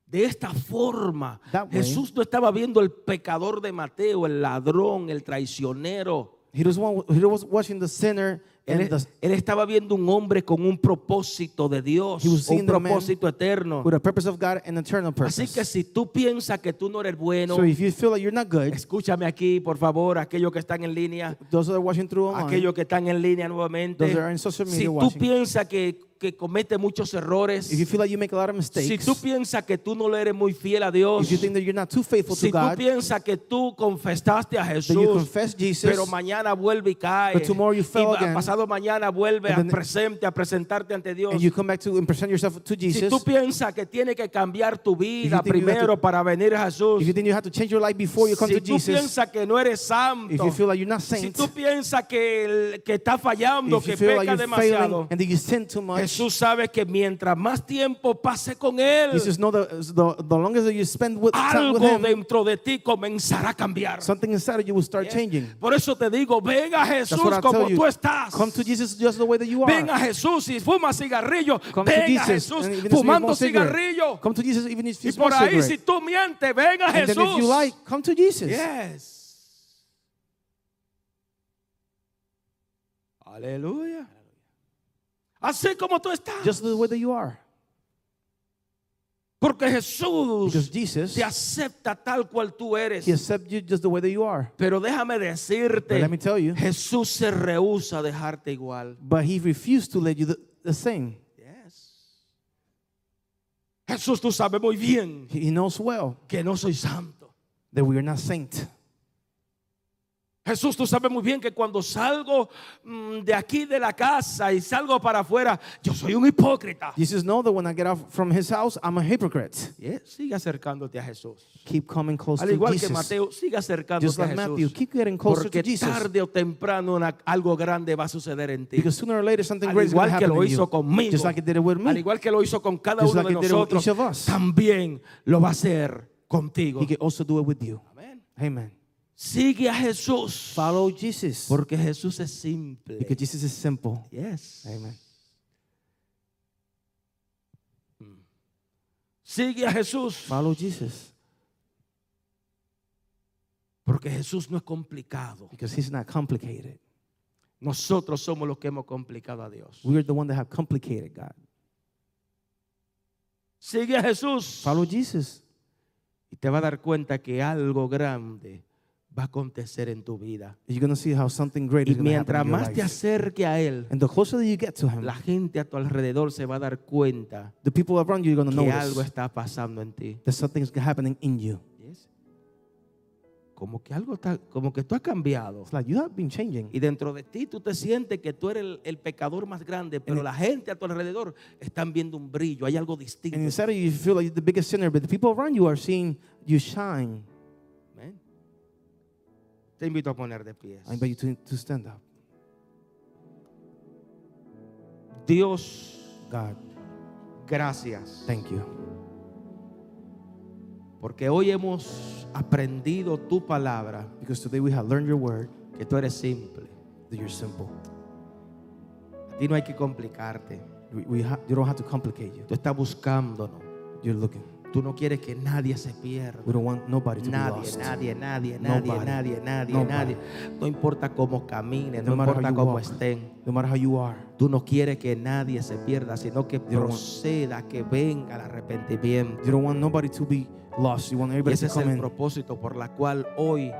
S1: De esta forma,
S2: That way.
S1: Jesús no estaba viendo el pecador de Mateo, el ladrón, el traicionero.
S2: He was, one, he was watching the sinner
S1: Él,
S2: and the,
S1: él estaba viendo un hombre con un propósito de Dios,
S2: He was
S1: un
S2: seeing the man
S1: propósito eterno.
S2: with a purpose of God and eternal
S1: Así que
S2: purpose.
S1: si tú piensas que tú no eres bueno,
S2: So if you feel like you're not good,
S1: escúchame aquí, por favor, aquellos que están en línea.
S2: those that are watching through online,
S1: aquellos que están en línea nuevamente.
S2: Those that are in social media
S1: si tú
S2: watching.
S1: piensas que, que comete muchos errores,
S2: if you feel like you make a lot of
S1: si
S2: mistakes,
S1: tú piensas que tú no le eres muy fiel a Dios,
S2: if you think that you're not too faithful
S1: si
S2: to
S1: tú
S2: God,
S1: piensas que tú confesaste a
S2: that you
S1: Jesús,
S2: confess Jesus,
S1: pero mañana vuelve y cae,
S2: But tomorrow you
S1: y
S2: fell
S1: ma-
S2: again.
S1: pasado mañana vuelve
S2: And
S1: al
S2: then-
S1: presente a presentarte ante Dios.
S2: and you come back to and present yourself to
S1: si
S2: Jesus,
S1: tú piensas que tiene que cambiar tu vida
S2: think you have
S1: primero
S2: to-
S1: para venir a Jesús,
S2: if you think you have to change your life before you come
S1: si
S2: to
S1: tú
S2: Jesus,
S1: piensas que no eres
S2: if
S1: santo,
S2: you feel like you're not
S1: si
S2: saint,
S1: tú piensas que, el- que está fallando,
S2: if you
S1: que
S2: feel
S1: peca
S2: like you're
S1: demasiado,
S2: failing and that you sin too much,
S1: Jesús sabe que mientras más tiempo pase con Él,
S2: Jesus know that the, the longest that you spend with, time
S1: algo
S2: with Him,
S1: dentro de ti comenzará a cambiar.
S2: something inside of you will start changing.
S1: Por eso te digo, ven a
S2: That's
S1: Jesús
S2: what I
S1: como
S2: tell you.
S1: tú estás.
S2: Come to Jesus just the way that you are.
S1: Ven a Jesús y fuma cigarrillo.
S2: Come to
S1: ven a
S2: Jesus
S1: Jesús
S2: and even if you
S1: fumando
S2: smoke cigarette.
S1: cigarrillo.
S2: Come to Jesus even if you
S1: Y
S2: smoke
S1: por ahí,
S2: cigarette.
S1: si tú mientes, ven a
S2: and then if you
S1: Jesús.
S2: like, come to Jesus.
S1: Yes. Aleluya. Así como tú estás.
S2: Just the way that you are.
S1: Porque Jesús
S2: Because Jesus,
S1: te acepta tal cual tú eres.
S2: He accepts you just the way that you are.
S1: Pero déjame decirte,
S2: But let me tell you.
S1: Jesús se rehúsa a dejarte igual.
S2: But He refused to let you the, the same.
S1: Jesús, tú sabes muy bien
S2: He he knows well
S1: que no soy santo.
S2: that we are not saint.
S1: Jesús, tú sabes muy bien que cuando salgo mm, de aquí de la casa y salgo para afuera, yo soy un hipócrita.
S2: Jesus know that when I get out from His house, I'm a hypocrite.
S1: Yes, Sigue Eh, acercándote a Jesús.
S2: Keep coming close
S1: Al
S2: to
S1: igual
S2: Jesus.
S1: que Mateo, sigue
S2: Just
S1: acercándote
S2: like
S1: a
S2: Matthew,
S1: Jesús.
S2: keep getting closer
S1: Porque
S2: to Jesus.
S1: tarde o temprano una- algo grande va a suceder en ti.
S2: Because sooner or later something
S1: Al
S2: great is going
S1: igual
S2: to
S1: que
S2: happen
S1: lo
S2: in you.
S1: hizo conmigo,
S2: Just like it did it with me.
S1: al igual que lo hizo con cada
S2: Just
S1: uno
S2: like
S1: de
S2: it did it with
S1: nosotros,
S2: each of us.
S1: también lo va a hacer contigo.
S2: He can also do it with you.
S1: Amén.
S2: Amen.
S1: Sigue a Jesús,
S2: Follow Jesus.
S1: porque Jesús es simple.
S2: Because Jesus is simple.
S1: Yes.
S2: Amen.
S1: Mm. Sigue a Jesús,
S2: Follow Jesus.
S1: porque Jesús no es complicado.
S2: Because he's not complicated.
S1: Nosotros somos los que hemos complicado a Dios.
S2: We're the one that have complicated God.
S1: Sigue a Jesús.
S2: Follow Jesus.
S1: Y te va a dar cuenta que algo grande va a acontecer en tu vida.
S2: You're going to see how something great
S1: Y
S2: is going to happen
S1: mientras
S2: in your
S1: más te
S2: life.
S1: acerque a Él,
S2: And the closer that you get to him,
S1: la gente a tu alrededor se va a dar cuenta
S2: the people around you are going to
S1: que algo
S2: notice
S1: está pasando en ti.
S2: that something's happening in you.
S1: Yes. Como que algo está, como que tú has cambiado.
S2: It's like you have been changing.
S1: Y dentro de ti tú te sientes que tú eres el, el pecador más grande, pero la gente a tu alrededor están viendo un brillo, hay algo distinto.
S2: And inside of you, you feel like you're the biggest sinner, but the people around you are seeing you shine.
S1: Amén. Te invito a poner de pie.
S2: I invite you to, to stand up.
S1: Dios,
S2: God,
S1: gracias.
S2: thank you.
S1: Porque hoy hemos aprendido tu palabra,
S2: Because today we have learned your word,
S1: que tú eres simple.
S2: that you're simple.
S1: A ti no hay que complicarte.
S2: We, we ha- you don't have to complicate you.
S1: Tú estás buscándonos.
S2: You're looking.
S1: Tú no quieres que nadie se pierda.
S2: We don't want nobody to be
S1: Nadie,
S2: lost.
S1: nadie, nadie, nadie,
S2: Nobody.
S1: nadie, nadie,
S2: Nobody.
S1: nadie. No importa cómo caminen, no,
S2: No matter how
S1: importa
S2: you
S1: cómo
S2: walk.
S1: estén.
S2: No matter how you are,
S1: Tú no quieres que nadie se pierda, sino que
S2: don't want-
S1: proceda, que venga el arrepentimiento.
S2: you don't want nobody to be lost. You want
S1: Y
S2: everybody
S1: ese
S2: to
S1: es
S2: come
S1: el
S2: in.
S1: propósito por la cual hoy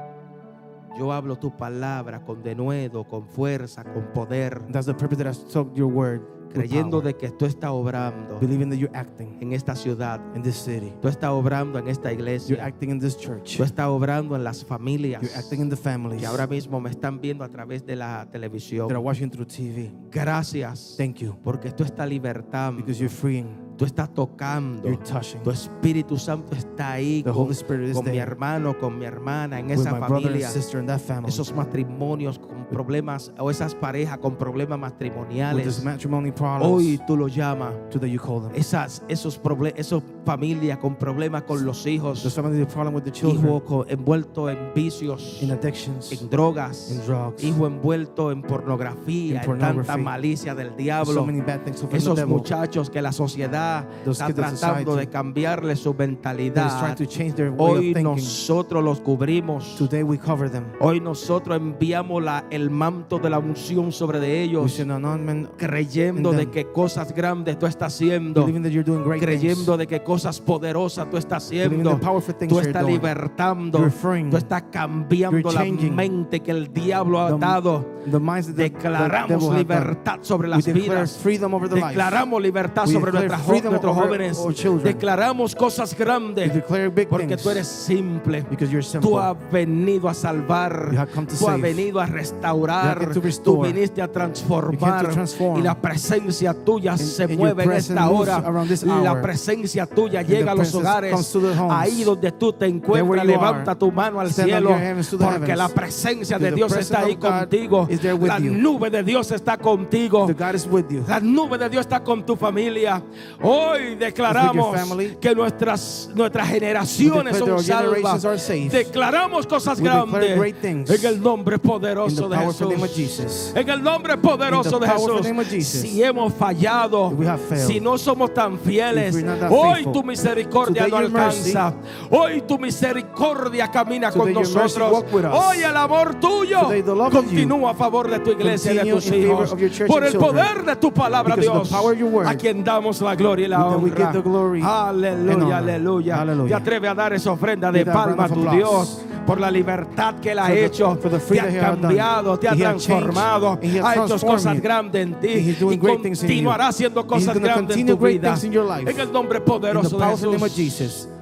S1: yo hablo tu palabra con denuedo, con fuerza, con poder,
S2: And that's the purpose that I spoke your word. with
S1: creyendo
S2: power.
S1: de que tú estás obrando
S2: believing that you're acting
S1: en esta ciudad,
S2: in this city,
S1: tú estás obrando en esta
S2: you're
S1: iglesia,
S2: acting in this church,
S1: tú estás obrando en las familias
S2: you're acting in the families
S1: que ahora mismo me están viendo a través de la televisión.
S2: that are watching through TV.
S1: Gracias.
S2: Thank you
S1: Porque tú estás libertando,
S2: because you're freeing,
S1: tú estás tocando,
S2: you're touching.
S1: tu Espíritu Santo está ahí
S2: The
S1: con,
S2: Holy Spirit is
S1: con mi
S2: there.
S1: hermano, con mi hermana, en
S2: with
S1: esa
S2: my brother and
S1: familia,
S2: sister in that family,
S1: esos matrimonios con problemas o esas parejas con problemas
S2: with this
S1: matrimoniales.
S2: matrimony problems,
S1: Hoy tú lo llamas.
S2: to that you call them.
S1: Esas, esos problemas, esos familias con problemas con los
S2: The
S1: hijos,
S2: family problem with the children,
S1: hijos co- envueltos en vicios,
S2: in addictions,
S1: en drogas,
S2: in drugs,
S1: hijo envuelto en pornografía,
S2: In
S1: en tanta
S2: pornography.
S1: malicia del
S2: so
S1: diablo.
S2: many bad things. So from the
S1: Esos
S2: devil
S1: muchachos que la sociedad
S2: Those
S1: está
S2: kids that
S1: tratando
S2: society
S1: de cambiarle su
S2: that is trying
S1: mentalidad.
S2: to change their way
S1: Hoy
S2: of thinking.
S1: nosotros los cubrimos.
S2: Today we cover them.
S1: Hoy nosotros enviamos la- el manto de la unción sobre de
S2: We
S1: ellos,
S2: should not man
S1: creyendo de
S2: them.
S1: que cosas grandes tú estás haciendo,
S2: believing that you're doing great things.
S1: creyendo de que cosas poderosas tú estás
S2: Believing
S1: haciendo.
S2: the powerful things
S1: Tú
S2: you're
S1: estás
S2: doing.
S1: libertando,
S2: You're freeing.
S1: tú estás cambiando
S2: You're
S1: la
S2: changing.
S1: mente que el diablo ha
S2: The-
S1: atado.
S2: The minds that the, the devil
S1: Declaramos
S2: had done.
S1: libertad sobre
S2: We
S1: las
S2: declare
S1: vidas.
S2: freedom over the life.
S1: Declaramos libertad
S2: We
S1: sobre
S2: declare
S1: nuestras jo-
S2: freedom
S1: nuestros
S2: over
S1: jóvenes.
S2: our children.
S1: Declaramos cosas
S2: We
S1: grandes
S2: declare big
S1: porque
S2: things
S1: tú eres simple.
S2: because you're
S1: Tú
S2: simple.
S1: has venido a salvar,
S2: You have come to
S1: tú has
S2: save.
S1: venido a
S2: You have
S1: restaurar,
S2: come to
S1: tú
S2: restore.
S1: viniste a
S2: You came
S1: transformar
S2: to transform.
S1: y la presencia tuya se
S2: and your
S1: mueve en
S2: presence
S1: esta
S2: moves
S1: hora.
S2: around this
S1: La
S2: hour.
S1: presencia tuya
S2: the
S1: llega a los
S2: presence comes
S1: hogares,
S2: to the homes.
S1: ahí donde tú te
S2: where
S1: encuentras,
S2: you
S1: levanta
S2: are.
S1: tu mano al
S2: Stand up
S1: cielo,
S2: your hands to the
S1: porque la
S2: heavens.
S1: presencia de
S2: Because the
S1: Dios está
S2: presence
S1: ahí
S2: of God
S1: contigo,
S2: is there with
S1: la
S2: you.
S1: nube de Dios está contigo.
S2: The God is with you.
S1: La nube de Dios está con tu familia. Hoy declaramos
S2: family.
S1: que nuestras, nuestras generaciones
S2: We declare
S1: son
S2: that our
S1: salvas.
S2: generations are safe.
S1: Declaramos cosas
S2: We declare
S1: grandes
S2: great things.
S1: en el nombre
S2: In
S1: poderoso
S2: the
S1: de
S2: powerful name of
S1: Jesús.
S2: Jesus.
S1: En el nombre poderoso
S2: In the
S1: de
S2: powerful
S1: Jesús,
S2: name of Jesus.
S1: si hemos fallado,
S2: If we have failed.
S1: si no somos tan fieles,
S2: If we're not that
S1: hoy
S2: faithful.
S1: tu misericordia
S2: Today
S1: no
S2: your mercy.
S1: alcanza. Hoy tu misericordia camina
S2: Today
S1: con
S2: your mercy
S1: nosotros.
S2: walk with us.
S1: Hoy el amor tuyo
S2: Today the love of you
S1: continúa a favor de tu iglesia y de
S2: continue
S1: tus
S2: in favor
S1: hijos.
S2: of your church
S1: Por
S2: and
S1: el
S2: children.
S1: poder de tu palabra,
S2: Because of
S1: Dios,
S2: the power of your word.
S1: a quien damos la gloria y la
S2: That we
S1: honra.
S2: give the glory and
S1: Aleluya,
S2: honor.
S1: aleluya,
S2: Hallelujah.
S1: Te atreves a dar esa ofrenda de
S2: Give that round
S1: palma a
S2: of
S1: tu
S2: applause.
S1: Dios por la libertad que él ha
S2: For the-
S1: hecho,
S2: for the
S1: te
S2: freedom
S1: ha
S2: he has done.
S1: cambiado, te ha
S2: He has changed,
S1: transformado,
S2: and he has
S1: ha hecho
S2: transformed
S1: cosas
S2: you.
S1: grandes en ti
S2: And he's doing
S1: y
S2: great things in you.
S1: continuará haciendo
S2: And he's
S1: cosas
S2: gonna
S1: grandes en
S2: continue
S1: tu
S2: great
S1: vida.
S2: things in your life.
S1: En el nombre
S2: In the
S1: poderoso de
S2: powerful name of
S1: Jesús.
S2: Jesus.